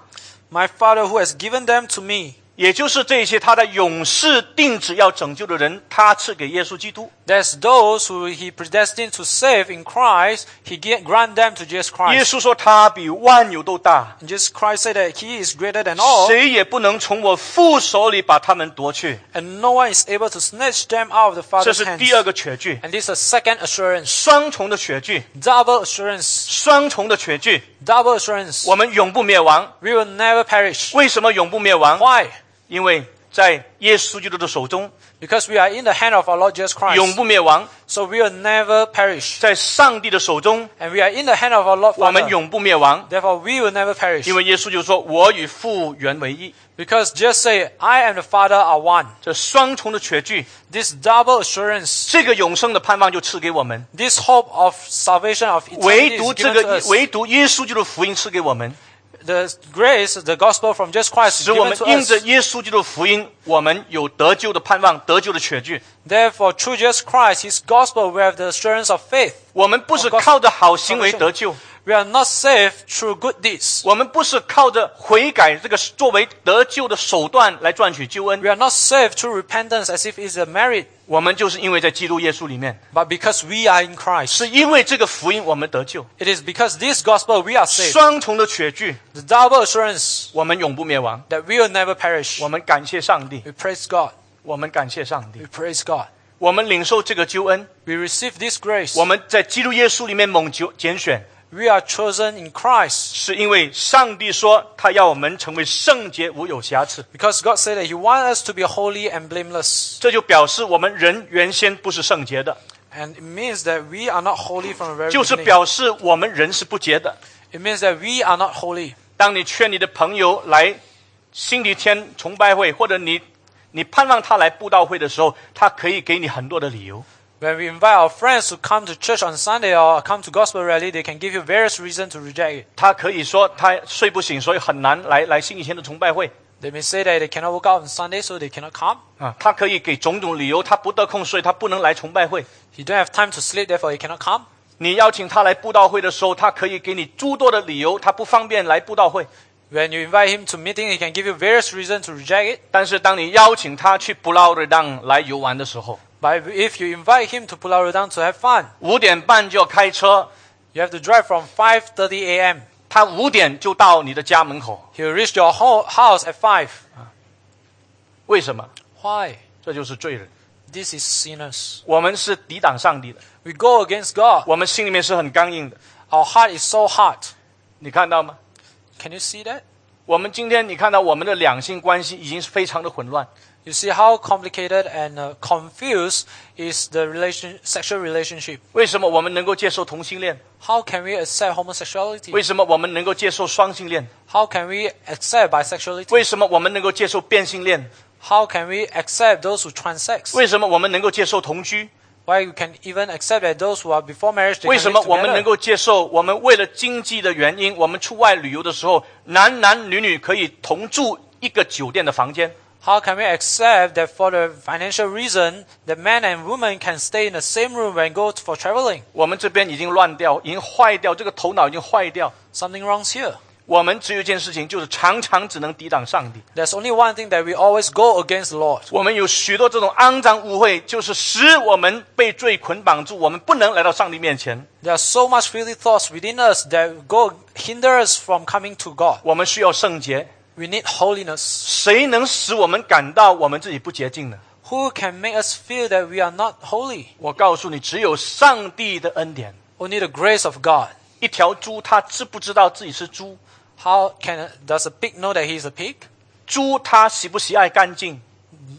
Speaker 2: My Father, who has given them to me,
Speaker 1: 也就是这些他在永世定旨要拯救的人，他赐给耶稣基督。
Speaker 2: That's those who he predestined to save in Christ, he gi- grant them to Jesus
Speaker 1: 耶
Speaker 2: Christ.
Speaker 1: 稣说：“他比万有都大，
Speaker 2: And Jesus Christ said that he is greater than all,
Speaker 1: 谁也不能从我父手里把他们夺去。
Speaker 2: and no one is able to snatch them out of the ”
Speaker 1: 这
Speaker 2: Father's
Speaker 1: 是
Speaker 2: hands.
Speaker 1: 第二个绝句，
Speaker 2: And this is a second assurance,
Speaker 1: 双重的绝句，
Speaker 2: double assurance,
Speaker 1: 双重的绝句。
Speaker 2: double assurance.
Speaker 1: 我们永不灭亡。
Speaker 2: We will never perish.
Speaker 1: 为什么永不灭亡？
Speaker 2: Why?
Speaker 1: 因为在耶稣基督的手中，
Speaker 2: Because we are in the hand of our Lord Jesus
Speaker 1: 永
Speaker 2: Christ.
Speaker 1: 不灭亡；
Speaker 2: So we will never perish.
Speaker 1: 在上帝的手中，
Speaker 2: And we are in the hand of our Lord
Speaker 1: 我们
Speaker 2: Father.
Speaker 1: 永不灭亡。
Speaker 2: Therefore, we will never perish.
Speaker 1: 因为耶稣就说：“我与父原为一。
Speaker 2: Because just say, I and the Father are one. ”
Speaker 1: 这双重的绝句，
Speaker 2: This double assurance,
Speaker 1: 这个永生的盼望就赐给我们。
Speaker 2: this hope of salvation of
Speaker 1: 唯
Speaker 2: eternity
Speaker 1: 独
Speaker 2: is
Speaker 1: 这
Speaker 2: given to
Speaker 1: 个，
Speaker 2: us.
Speaker 1: 唯独耶稣基督的福音赐给我们，
Speaker 2: The grace, the gospel from Jesus Christ is
Speaker 1: 使我
Speaker 2: given
Speaker 1: 们
Speaker 2: to
Speaker 1: 因着
Speaker 2: us.
Speaker 1: 耶稣基督的福音，我们有得救的盼望，得救的确据。
Speaker 2: Therefore, through Jesus Christ, His gospel, we have the assurance of faith.
Speaker 1: 我们不是靠着好行为得救，
Speaker 2: We are not saved through good deeds.
Speaker 1: 我们不是靠着悔改这个作为得救的手段来赚取救恩
Speaker 2: We，are not saved through repentance as if it's a merit,
Speaker 1: 我们就是因为在基督耶稣里面，
Speaker 2: but because we are in Christ.
Speaker 1: 是因为这个福音我们得救。
Speaker 2: It is because this gospel we are saved.
Speaker 1: 双重的确据，
Speaker 2: The double assurance
Speaker 1: 我们永不灭亡。
Speaker 2: that we will never perish.
Speaker 1: 我们感谢上帝，
Speaker 2: We praise God.
Speaker 1: 我们感谢上帝
Speaker 2: We，praise God.
Speaker 1: 我们领受这个救恩，
Speaker 2: We receive this grace.
Speaker 1: 我们在基督耶稣里面蒙拣拣选，
Speaker 2: We are chosen in Christ
Speaker 1: 是因为上帝说他要我们成为圣洁，无有瑕疵。
Speaker 2: because God said that He wants us to be holy and blameless.
Speaker 1: 这就表示我们人原先不是圣洁的，
Speaker 2: And it means that we are not holy from the very
Speaker 1: 就是
Speaker 2: beginning.
Speaker 1: 表示我们人是不洁的。
Speaker 2: It means that we are not holy.
Speaker 1: 当你劝你的朋友来星期天崇拜会，或者你你盼望他来布道会的时候，他可以给你很多的理由。
Speaker 2: When we invite our friends to come to church on Sunday or come to gospel rally, they can give you various reasons to reject it.
Speaker 1: 他可以说他睡不醒，所以很难来来星期天的崇拜会
Speaker 2: They may say that they cannot work out on Sunday, so they cannot come.
Speaker 1: 啊。他可以给种种理由，他不得空，所以他不能来崇拜会。
Speaker 2: He don't have time to sleep, therefore he cannot come.
Speaker 1: 你邀请他来布道会的时候，他可以给你诸多的理由，他不方便来布道会。
Speaker 2: When you invite him to meeting, he can give you various reasons to reject it.
Speaker 1: 但是当你邀请他去布劳瑞当来游玩的时候，
Speaker 2: But if you invite him to Pulau Redang to have fun,
Speaker 1: 五点半就要开车，
Speaker 2: you have to drive from 5:30 a.m.
Speaker 1: 他五点就到你的家门口，
Speaker 2: He'll reach your ho house at 5.
Speaker 1: 为什么？
Speaker 2: Why?
Speaker 1: 这就是罪人。
Speaker 2: This is sinners.
Speaker 1: 我们是抵挡上帝的，
Speaker 2: We go against God.
Speaker 1: 我们心里面是很刚硬的，
Speaker 2: Our heart is so hard.
Speaker 1: 你看到吗？
Speaker 2: Can you see that?
Speaker 1: 我们今天你看到我们的两性关系已经是非常的混乱，
Speaker 2: You see how complicated and uh, confused is the relation sexual relationship.
Speaker 1: 为什么我们能够接受同性恋？
Speaker 2: How can we accept homosexuality?
Speaker 1: 为什么我们能够接受双性恋？
Speaker 2: How can we accept bisexuality?
Speaker 1: 为什么我们能够接受变性恋？
Speaker 2: How can we accept those who transsex?
Speaker 1: 为什么我们能够接受同居？
Speaker 2: Why you can even accept that those who are before marriage they
Speaker 1: 为
Speaker 2: can
Speaker 1: 什么
Speaker 2: live
Speaker 1: 我们能
Speaker 2: together?
Speaker 1: 够接受？我们为了经济的原因，我们出外旅游的时候，男男女女可以同住一个酒店的房间。
Speaker 2: How can we accept that for the financial reason that men and women can stay in the same room when go for traveling?
Speaker 1: 我们这边已经乱掉，已经坏掉，这个头脑已经坏掉。
Speaker 2: Something wrong's here.
Speaker 1: 我们只有一件事情，就是常常只能抵挡上帝。
Speaker 2: There's only one thing that we always go against the Lord.
Speaker 1: 我们有许多这种肮脏污秽，就是使我们被罪捆绑住，我们不能来到上帝面前。
Speaker 2: There are so much filthy thoughts within us that go hinder us from coming to God.
Speaker 1: 我们需要圣洁。
Speaker 2: We need holiness.
Speaker 1: 谁能使我们感到我们自己不洁净呢？
Speaker 2: Who can make us feel that we are not holy?
Speaker 1: 我告诉你，只有上帝的恩典。
Speaker 2: Only the grace of God.
Speaker 1: 一条猪，它知不知道自己是猪？
Speaker 2: How can does a pig know that he is a pig?
Speaker 1: 猪它喜不喜爱干净？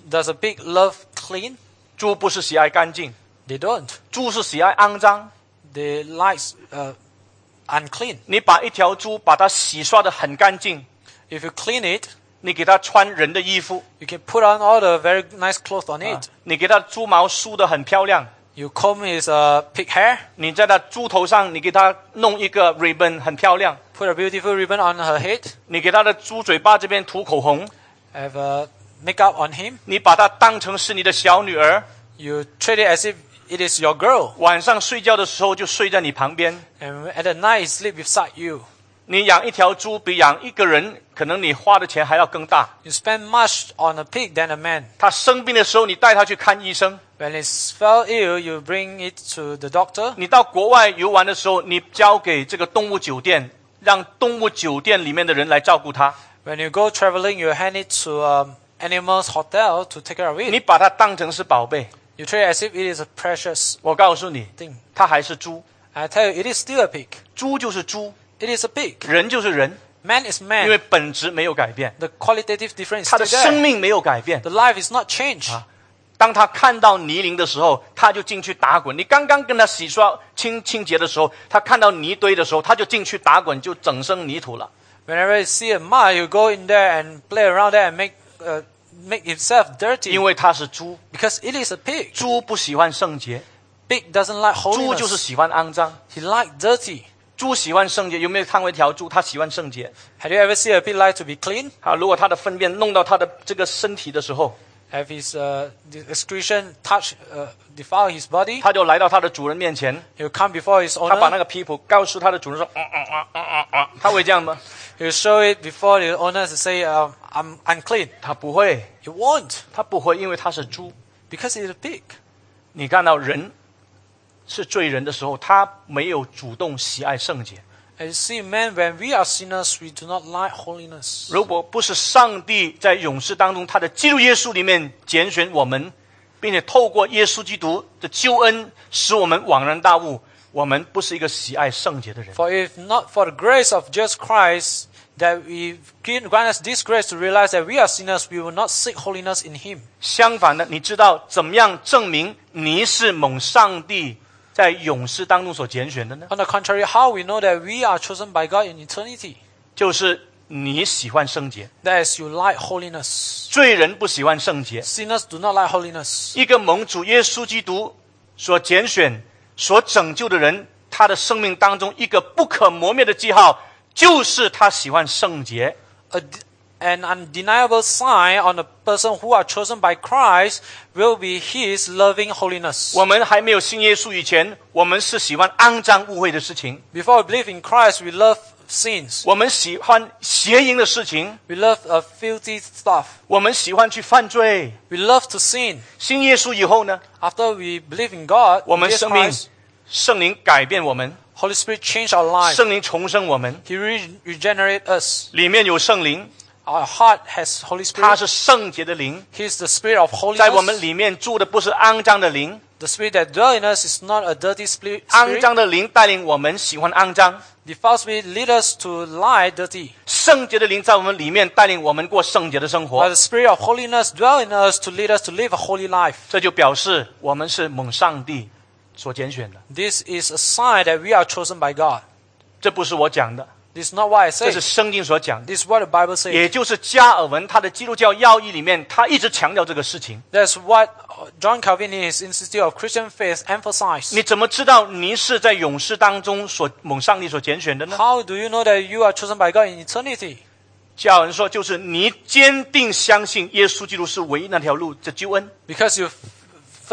Speaker 2: Does a pig love clean?
Speaker 1: 猪不是喜爱干净，
Speaker 2: They don't.
Speaker 1: 猪是喜爱肮脏。
Speaker 2: They like uh, unclean.
Speaker 1: 你把一条猪把它洗刷的很干净，
Speaker 2: If you clean it,
Speaker 1: 你给它穿人的衣服，
Speaker 2: you can put on all the very nice clothes on it.
Speaker 1: 你给它猪毛梳的很漂亮，
Speaker 2: You comb his uh, pig hair,
Speaker 1: 你在它猪头上你给它弄一个 ribbon 很漂亮，
Speaker 2: put a beautiful ribbon on her head,
Speaker 1: 你给它的猪嘴巴这边涂口红，
Speaker 2: have uh, makeup on him.
Speaker 1: 你把它当成是你的小女儿，
Speaker 2: You treat it as if it is your girl,
Speaker 1: 晚上睡觉的时候就睡在你旁边。
Speaker 2: and at the night it sleep beside you.
Speaker 1: 你养一条猪比养一个人，可能你花的钱还要更大。
Speaker 2: You spend much on a pig than a man.
Speaker 1: 它生病的时候，你带它去看医生。
Speaker 2: When it fell ill, you bring it to the doctor.
Speaker 1: 你到国外游玩的时候，你交给这个动物酒店，让动物酒店里面的人来照顾它。
Speaker 2: When you go traveling, you hand it to um, animals hotel to take care of it.
Speaker 1: 你把它当成是宝贝，
Speaker 2: You treat it as if it is a precious
Speaker 1: 我告诉你，
Speaker 2: thing.
Speaker 1: 它还是猪，
Speaker 2: I tell you, it is still a pig.
Speaker 1: 猪就是猪，
Speaker 2: It is a pig.
Speaker 1: 人就是人，
Speaker 2: Man is
Speaker 1: 因为
Speaker 2: man.
Speaker 1: 本质没有改变，
Speaker 2: The qualitative difference
Speaker 1: 它的
Speaker 2: is still
Speaker 1: 生
Speaker 2: there.
Speaker 1: 命没有改变
Speaker 2: The。life is not changed.
Speaker 1: 当它看到泥泞的时候，它就进去打滚。你刚刚跟它洗刷清清洁的时候，它看到泥堆的时候，它就进去打滚，就整身泥土了。
Speaker 2: Whenever you see a mud, you go in there and play around there and make uh, make itself dirty
Speaker 1: 因为它是猪，
Speaker 2: because it is a pig.
Speaker 1: 猪不喜欢圣洁，
Speaker 2: Pig doesn't like
Speaker 1: 猪就是
Speaker 2: holiness.
Speaker 1: 喜欢肮脏。
Speaker 2: He like dirty.
Speaker 1: 猪喜欢圣洁，有没有看过一条猪？它喜欢圣洁。
Speaker 2: Have you ever seen a pig like to be clean?
Speaker 1: 啊，如果它的粪便弄到它的这个身体的时候，
Speaker 2: Have his uh, the excretion touch uh, defile his body?
Speaker 1: 它就来到它的主人面前，
Speaker 2: He'll come before his
Speaker 1: 它把那
Speaker 2: owner.
Speaker 1: 个皮脯告诉它的主人说：“嗯嗯嗯嗯嗯嗯。”它会这样吗？
Speaker 2: He'll show it before the owner to say, um, I'm unclean.
Speaker 1: 它不会，
Speaker 2: He won't
Speaker 1: 它不会，因为它是猪。
Speaker 2: because he's a pig.
Speaker 1: 你看到人是罪人的时候，他没有主动喜爱圣洁。
Speaker 2: And you see, man, when we are sinners, we do not like holiness.
Speaker 1: 如果不是上帝在勇士当中，他的基督耶稣里面拣选我们，并且透过耶稣基督的救恩，使我们恍然大悟，我们不是一个喜爱圣洁的人。
Speaker 2: For if not for the grace of Jesus Christ, that we grant us this grace to realize that we are sinners, we will not seek holiness in Him.
Speaker 1: 相反的，你知道怎么样证明你是蒙上帝在勇士当中所拣选的呢？
Speaker 2: On the contrary, how we know that we are chosen by God in eternity?
Speaker 1: 就是你喜欢圣洁，
Speaker 2: That is, you like holiness.
Speaker 1: 罪人不喜欢圣洁。
Speaker 2: Sinners do not like holiness.
Speaker 1: 一个蒙主耶稣基督所拣选、所拯救的人，他的生命当中一个不可磨灭的记号，就是他喜欢圣洁。
Speaker 2: a, an undeniable sign on the person who are chosen by Christ will be his loving holiness.
Speaker 1: 我们还没有信耶稣以前，我们是喜欢肮脏污秽的事情，
Speaker 2: Before we believe in Christ, we love sins.
Speaker 1: 我们喜欢邪淫的事情，
Speaker 2: We love uh, filthy stuff.
Speaker 1: 我们喜欢去犯罪。
Speaker 2: We love to sin.
Speaker 1: 信耶稣以后呢，
Speaker 2: After we believe in God,
Speaker 1: 我们
Speaker 2: Jesus
Speaker 1: 生命
Speaker 2: Christ,
Speaker 1: 圣灵改变我们，
Speaker 2: Holy Spirit changed our life.
Speaker 1: 圣灵重生我们，
Speaker 2: He re- regenerate us.
Speaker 1: 里面有圣灵，
Speaker 2: Our heart has Holy
Speaker 1: 他
Speaker 2: Spirit.
Speaker 1: 是圣洁的灵，
Speaker 2: He's the spirit of
Speaker 1: 在我们
Speaker 2: holiness.
Speaker 1: 里面住的不是肮脏的灵。
Speaker 2: The spirit that dwells in us is not a dirty spirit.
Speaker 1: 肮
Speaker 2: spirit.
Speaker 1: 脏的灵带领我们喜欢肮脏，
Speaker 2: The false spirit lead us to lie dirty.
Speaker 1: 圣洁的灵在我们里面带领我们过圣洁的生
Speaker 2: But
Speaker 1: 活
Speaker 2: the。Spirit of holiness dwell in us to lead us to live a holy life.
Speaker 1: 这就表示我们是蒙上帝所拣选的。
Speaker 2: This is a sign that we are chosen by God.
Speaker 1: 这不是我讲的，
Speaker 2: This is not what I
Speaker 1: 这
Speaker 2: say.
Speaker 1: 是圣经所讲的。
Speaker 2: This is what the Bible says.
Speaker 1: 也就是加尔文他的基督教要义里面，他一直强调这个事情。
Speaker 2: That's what John Calvin in his Institute of Christian Faith emphasized.
Speaker 1: 你怎么知道你是在勇士当中所蒙上帝所拣选的呢？
Speaker 2: How do you know that you are chosen by God in eternity?
Speaker 1: 加尔文说，就是你坚定相信耶稣基督是唯一那条路，这救恩。
Speaker 2: Because you f-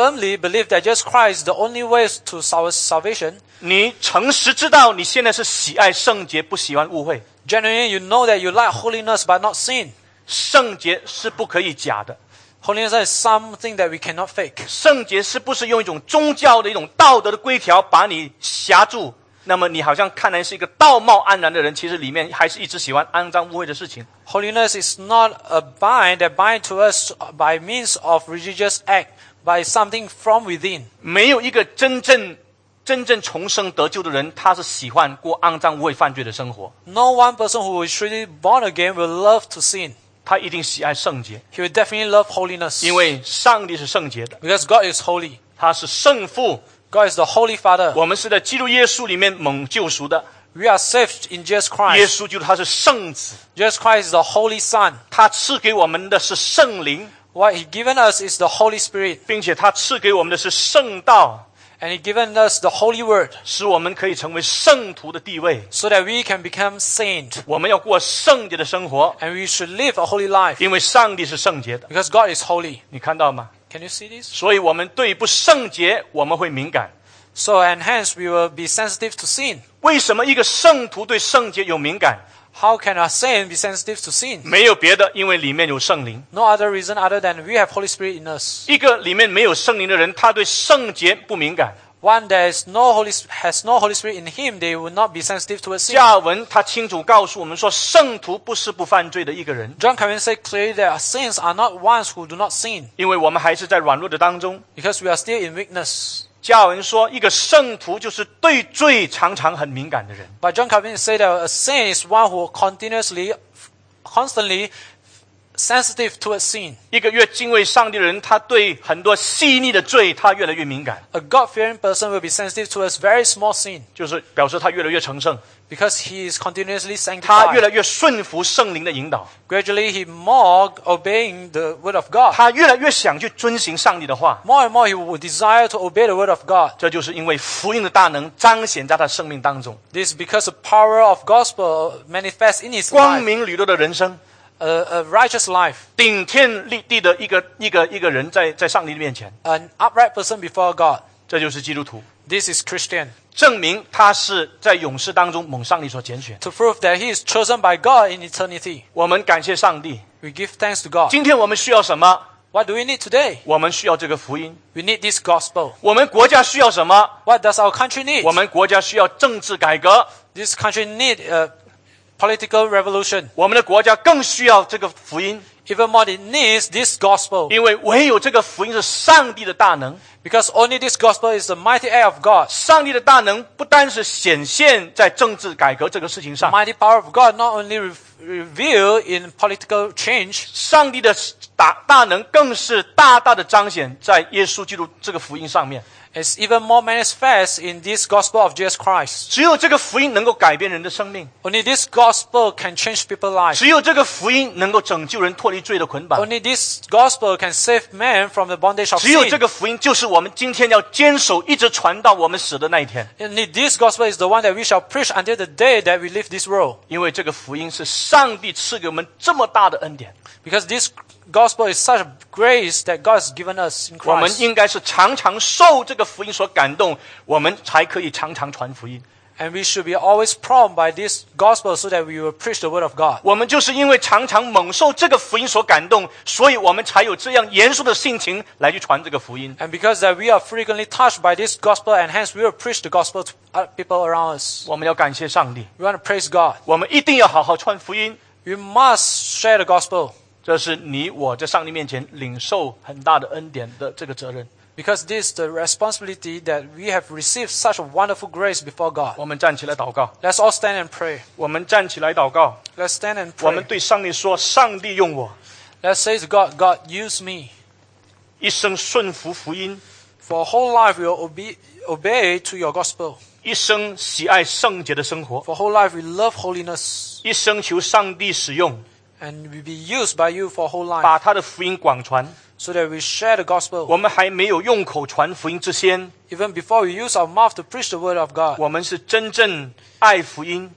Speaker 2: firmly believe that Jesus Christ is the only way to sal- salvation.
Speaker 1: 你诚实知道你现在是喜爱圣洁，不喜欢误会。
Speaker 2: Genuinely, you know that you lack holiness but not sin.
Speaker 1: 圣洁是不可以假的，
Speaker 2: Holiness is something that we cannot fake.
Speaker 1: 圣洁是不是用一种宗教的一种道德的规条把你挟住？那么你好像看来是一个道貌岸然的人，其实里面还是一直喜欢肮脏污秽的事情。
Speaker 2: Holiness is not a bind that binds to us by means of religious act, but it's something from within.
Speaker 1: 没有一个真正真正重生得救的人，他是喜欢过肮脏污秽犯罪的生活，
Speaker 2: No one person who is truly born again will love to sin.
Speaker 1: 他一定喜爱圣洁，
Speaker 2: He will definitely love holiness.
Speaker 1: 因为上帝是圣洁的，
Speaker 2: Because God is holy.
Speaker 1: 他是圣父。
Speaker 2: God is the Holy Father.
Speaker 1: 我们是在基督耶稣里面蒙救赎的，
Speaker 2: We are saved in Jesus
Speaker 1: 耶
Speaker 2: Christ.
Speaker 1: 稣就是他是圣子，
Speaker 2: Jesus Christ is the Holy Son.
Speaker 1: 他赐给我们的是圣灵，
Speaker 2: What He given us is the Holy Spirit,
Speaker 1: 并且他赐给我们的是圣道，
Speaker 2: and He given us the Holy Word,
Speaker 1: 使我们可以成为圣徒的地位。
Speaker 2: so that we can become saint,
Speaker 1: 我们要过圣洁的生活，
Speaker 2: and we should live a holy life,
Speaker 1: 因为上帝是圣洁的。
Speaker 2: because God is holy.
Speaker 1: 你看到吗？
Speaker 2: Can you see this?
Speaker 1: 所以我们对不圣洁我们会敏感。
Speaker 2: So, and hence we will be sensitive to sin.
Speaker 1: 为什么一个圣徒对圣洁有敏感？
Speaker 2: How can a saint be sensitive to sin?
Speaker 1: 没有别的，因为里面有圣灵。
Speaker 2: No other reason other than we have Holy Spirit in us.
Speaker 1: 一个里面没有圣灵的人，他对圣洁不敏感。
Speaker 2: One that is no Holy has no Holy Spirit in him, they will not be sensitive to sin.
Speaker 1: 下文他清楚告诉我们说，圣徒不是不犯罪的一个人，
Speaker 2: John Calvin said clearly that saints are not ones who do not sin,
Speaker 1: 因为我们还是在软弱的当中。
Speaker 2: because we are still in weakness.
Speaker 1: 加文说，一个圣徒就是对罪常常很敏感的人。
Speaker 2: But John Calvin said that a saint is one who continuously, constantly sensitive towards sin.
Speaker 1: 一个越敬畏上帝的人，他对很多细腻的罪，他越来越敏感，
Speaker 2: A God-fearing person will be sensitive towards very small sin
Speaker 1: 就是表示他越来越成圣，
Speaker 2: because he is continuously
Speaker 1: 他越
Speaker 2: sanctified.
Speaker 1: 来越顺服圣灵的引导，
Speaker 2: Gradually, he more obeying the word of God.
Speaker 1: 他越来越想去遵行上帝的话。
Speaker 2: More and more, he will desire to obey the word of God.
Speaker 1: 这就是因为福音的大能彰显在他生命当中，
Speaker 2: This is because the power of gospel manifests in his
Speaker 1: 光
Speaker 2: life,
Speaker 1: 明磊落的人生，
Speaker 2: a, a righteous life,
Speaker 1: 顶天立地的一个一个一个人在在上帝的面前，
Speaker 2: an upright person before God.
Speaker 1: 这就是基督徒，
Speaker 2: This is Christian.
Speaker 1: 证明他是在勇士当中蒙上帝所拣选。
Speaker 2: to prove that he is chosen by God in eternity.
Speaker 1: 我们感谢上帝。
Speaker 2: We give thanks to God.
Speaker 1: 今天我们需要什么？
Speaker 2: What do we need today?
Speaker 1: 我们需要这个福音。
Speaker 2: We need this gospel.
Speaker 1: 我们国家需要什么？
Speaker 2: What does our country need?
Speaker 1: 我们国家需要政治改革，
Speaker 2: This country need a political revolution.
Speaker 1: 我们的国家更需要这个福音，
Speaker 2: Even more, it needs this gospel
Speaker 1: 因为唯有这个福音是上帝的大能。
Speaker 2: because only this gospel is the mighty air of God.
Speaker 1: 上帝的大能不单是显现在政治改革这个事情
Speaker 2: The
Speaker 1: 上，
Speaker 2: mighty power of God not only re- revealed in political change,
Speaker 1: 上帝的大大能更是大大的彰显在耶稣基督这个福音上面。
Speaker 2: it's even more manifest in this gospel of Jesus Christ.
Speaker 1: 只有这个福音能够改变人的生命，
Speaker 2: Only this gospel can change people's lives.
Speaker 1: 只有这个福音能够拯救人脱离罪的捆绑，
Speaker 2: Only this gospel can save man from the bondage of
Speaker 1: 只有
Speaker 2: sin.
Speaker 1: 这个福音就是我们今天要坚守，一直传到我们死的那一天。
Speaker 2: Indeed, this gospel is the one that we shall preach until the day that we leave this world.
Speaker 1: 因为这个福音是上帝赐给我们这么大的恩典，
Speaker 2: Because this gospel is such a grace that God has given us in
Speaker 1: 我们
Speaker 2: Christ.
Speaker 1: 应该是常常受这个福音所感动，我们才可以常常传福音。
Speaker 2: And we should be always prompted by this gospel so that we will preach the word of God.
Speaker 1: 我们就是因为常常蒙受这个福音所感动，所以我们才有这样严肃的性情来去传这个福音。
Speaker 2: And because that we are frequently touched by this gospel and hence we will preach the gospel to other people around us.
Speaker 1: 我们要感谢上帝，
Speaker 2: We want to praise God.
Speaker 1: 我们一定要好好传福音。
Speaker 2: We must share the gospel
Speaker 1: 这是你我在上帝面前领受很大的恩典的这个责任。
Speaker 2: because this is the responsibility that we have received such a wonderful grace before God.
Speaker 1: 我们站起来祷告，
Speaker 2: Let's all stand and pray.
Speaker 1: 我们站起来祷告，
Speaker 2: Let's stand and
Speaker 1: 我们
Speaker 2: pray.
Speaker 1: 对上帝说：“上帝用我
Speaker 2: Let's say to God, God, use me.
Speaker 1: 一生顺服福音，
Speaker 2: For a whole life we will obe- obey to your gospel.
Speaker 1: 一生喜爱圣洁的生活，
Speaker 2: For a whole life we love holiness
Speaker 1: 一生求上帝使用，
Speaker 2: and we be used by you for a whole life
Speaker 1: 把他的福音广传。
Speaker 2: so that we share the gospel.
Speaker 1: 我们还没有用口传福音之前，
Speaker 2: Even before we use our mouth to preach the word of God,
Speaker 1: 我们是真正爱福音，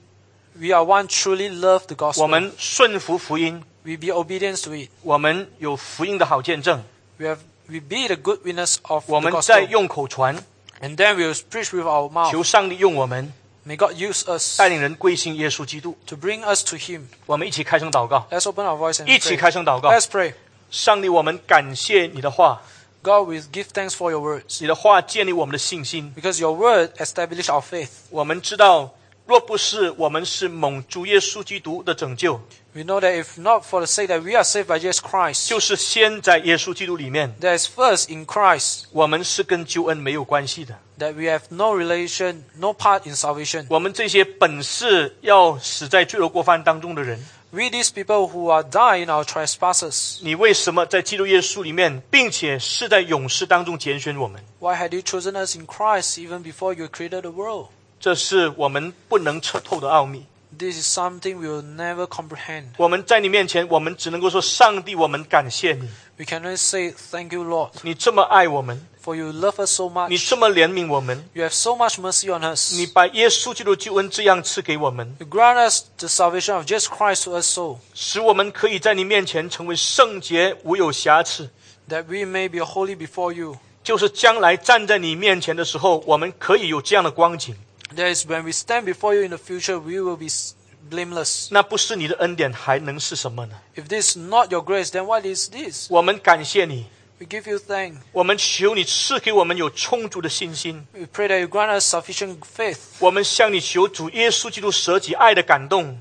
Speaker 2: we are one truly love the
Speaker 1: 我
Speaker 2: gospel.
Speaker 1: 们顺服福音，
Speaker 2: We be obedient to it.
Speaker 1: 我们有福音的好见证，
Speaker 2: We have we be the good witness of
Speaker 1: 我
Speaker 2: the
Speaker 1: 们在
Speaker 2: gospel.
Speaker 1: 用口传，
Speaker 2: And then we will preach with our
Speaker 1: 求
Speaker 2: mouth.
Speaker 1: 上帝用我们，
Speaker 2: May God use us
Speaker 1: 带领人归信耶稣基督。
Speaker 2: to bring us to Him.
Speaker 1: 我们一起开声祷告，
Speaker 2: Let's open our voice and
Speaker 1: 一起
Speaker 2: pray.
Speaker 1: 开声祷告。
Speaker 2: Let's pray.
Speaker 1: 上帝，我们感谢你的话，
Speaker 2: God, we give thanks for your words
Speaker 1: 你的话建立我们的信心。
Speaker 2: because your word established our faith.
Speaker 1: 我们知道，若不是我们是蒙主耶稣基督的拯救，
Speaker 2: We know that if not for the sake that we are saved by Jesus Christ,
Speaker 1: 就是先在耶稣基督里面，
Speaker 2: that is first in Christ,
Speaker 1: 我们是跟救恩没有关系的。
Speaker 2: that we have no relation, no part in salvation.
Speaker 1: 我们这些本是要死在罪恶过犯当中的人，
Speaker 2: We these people who are dying in our trespasses,
Speaker 1: 你为什么在基督耶稣里面，并且是在勇士当中拣选我们？
Speaker 2: why had you chosen us in Christ even before you created the world?
Speaker 1: 这是我们不能彻透的奥秘。
Speaker 2: This is something we will never comprehend.
Speaker 1: 我们在你面前，我们只能够说：上帝，我们感谢你，
Speaker 2: We can only say, Thank you, Lord,
Speaker 1: 你这么爱我们，
Speaker 2: for you love us so
Speaker 1: 你
Speaker 2: much.
Speaker 1: 这么怜悯我们，
Speaker 2: You have so much mercy on us.
Speaker 1: 你把耶稣基督救恩这样赐给我们，
Speaker 2: You grant us the salvation of Jesus Christ to us so,
Speaker 1: 使我们可以在你面前成为圣洁，无有瑕疵。
Speaker 2: that we may be holy before you.
Speaker 1: 就是将来站在你面前的时候，我们可以有这样的光景。
Speaker 2: That is, when we stand before you in the future, we will be s- blameless.
Speaker 1: 那不是你的恩典，还能是什么呢？
Speaker 2: If this is not your grace, then what is this?
Speaker 1: 我们感谢你，
Speaker 2: We give you thanks.
Speaker 1: 我们求你赐给我们有充足的信心。
Speaker 2: We pray that you grant us sufficient faith.
Speaker 1: 我们向你求主耶稣基督舍己爱的感动，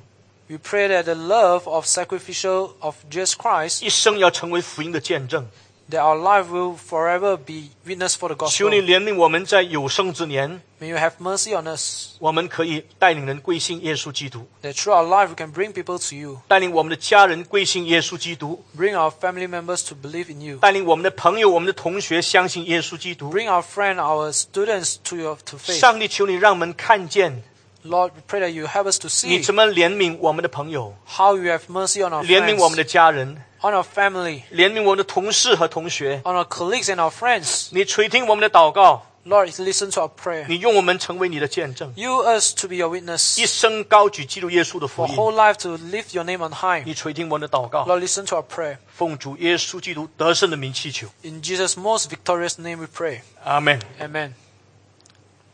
Speaker 2: We pray that the love of sacrificial of Jesus Christ,
Speaker 1: 一生要成为福音的见证。
Speaker 2: that our life will forever be witness for the
Speaker 1: 求
Speaker 2: gospel.
Speaker 1: 你怜悯我们在有生之年，
Speaker 2: May you have mercy on us,
Speaker 1: 我们可以带领人归信耶稣基督，
Speaker 2: that through our life we can bring people to you,
Speaker 1: 带领我们的家人归信耶稣基督，
Speaker 2: bring our family members to believe in you,
Speaker 1: 带领我们的朋友、我们的同学相信耶稣基督。
Speaker 2: bring our friend, our students to your to faith.
Speaker 1: 上帝，求你让我们看见
Speaker 2: Lord, we pray that you help us to
Speaker 1: 你
Speaker 2: see
Speaker 1: 怎么怜悯我们的朋友，
Speaker 2: how you have mercy on our
Speaker 1: 怜悯我们
Speaker 2: friends,
Speaker 1: 的家人，
Speaker 2: on our family,
Speaker 1: 怜悯我们的同事和同学。
Speaker 2: on our colleagues and our friends.
Speaker 1: 你垂听我们的祷告，
Speaker 2: Lord, listen to our prayer.
Speaker 1: 你用我们成为你的见证，
Speaker 2: You us to be your
Speaker 1: 一
Speaker 2: witness,
Speaker 1: 生高举基督耶稣的福
Speaker 2: our
Speaker 1: 音。
Speaker 2: whole life to lift your name on high.
Speaker 1: 你垂听我们的祷告，
Speaker 2: Lord, listen to our prayer.
Speaker 1: 奉主耶稣基督得胜的名祈求，
Speaker 2: In Jesus' most victorious name we pray.
Speaker 1: 阿门。
Speaker 2: Amen.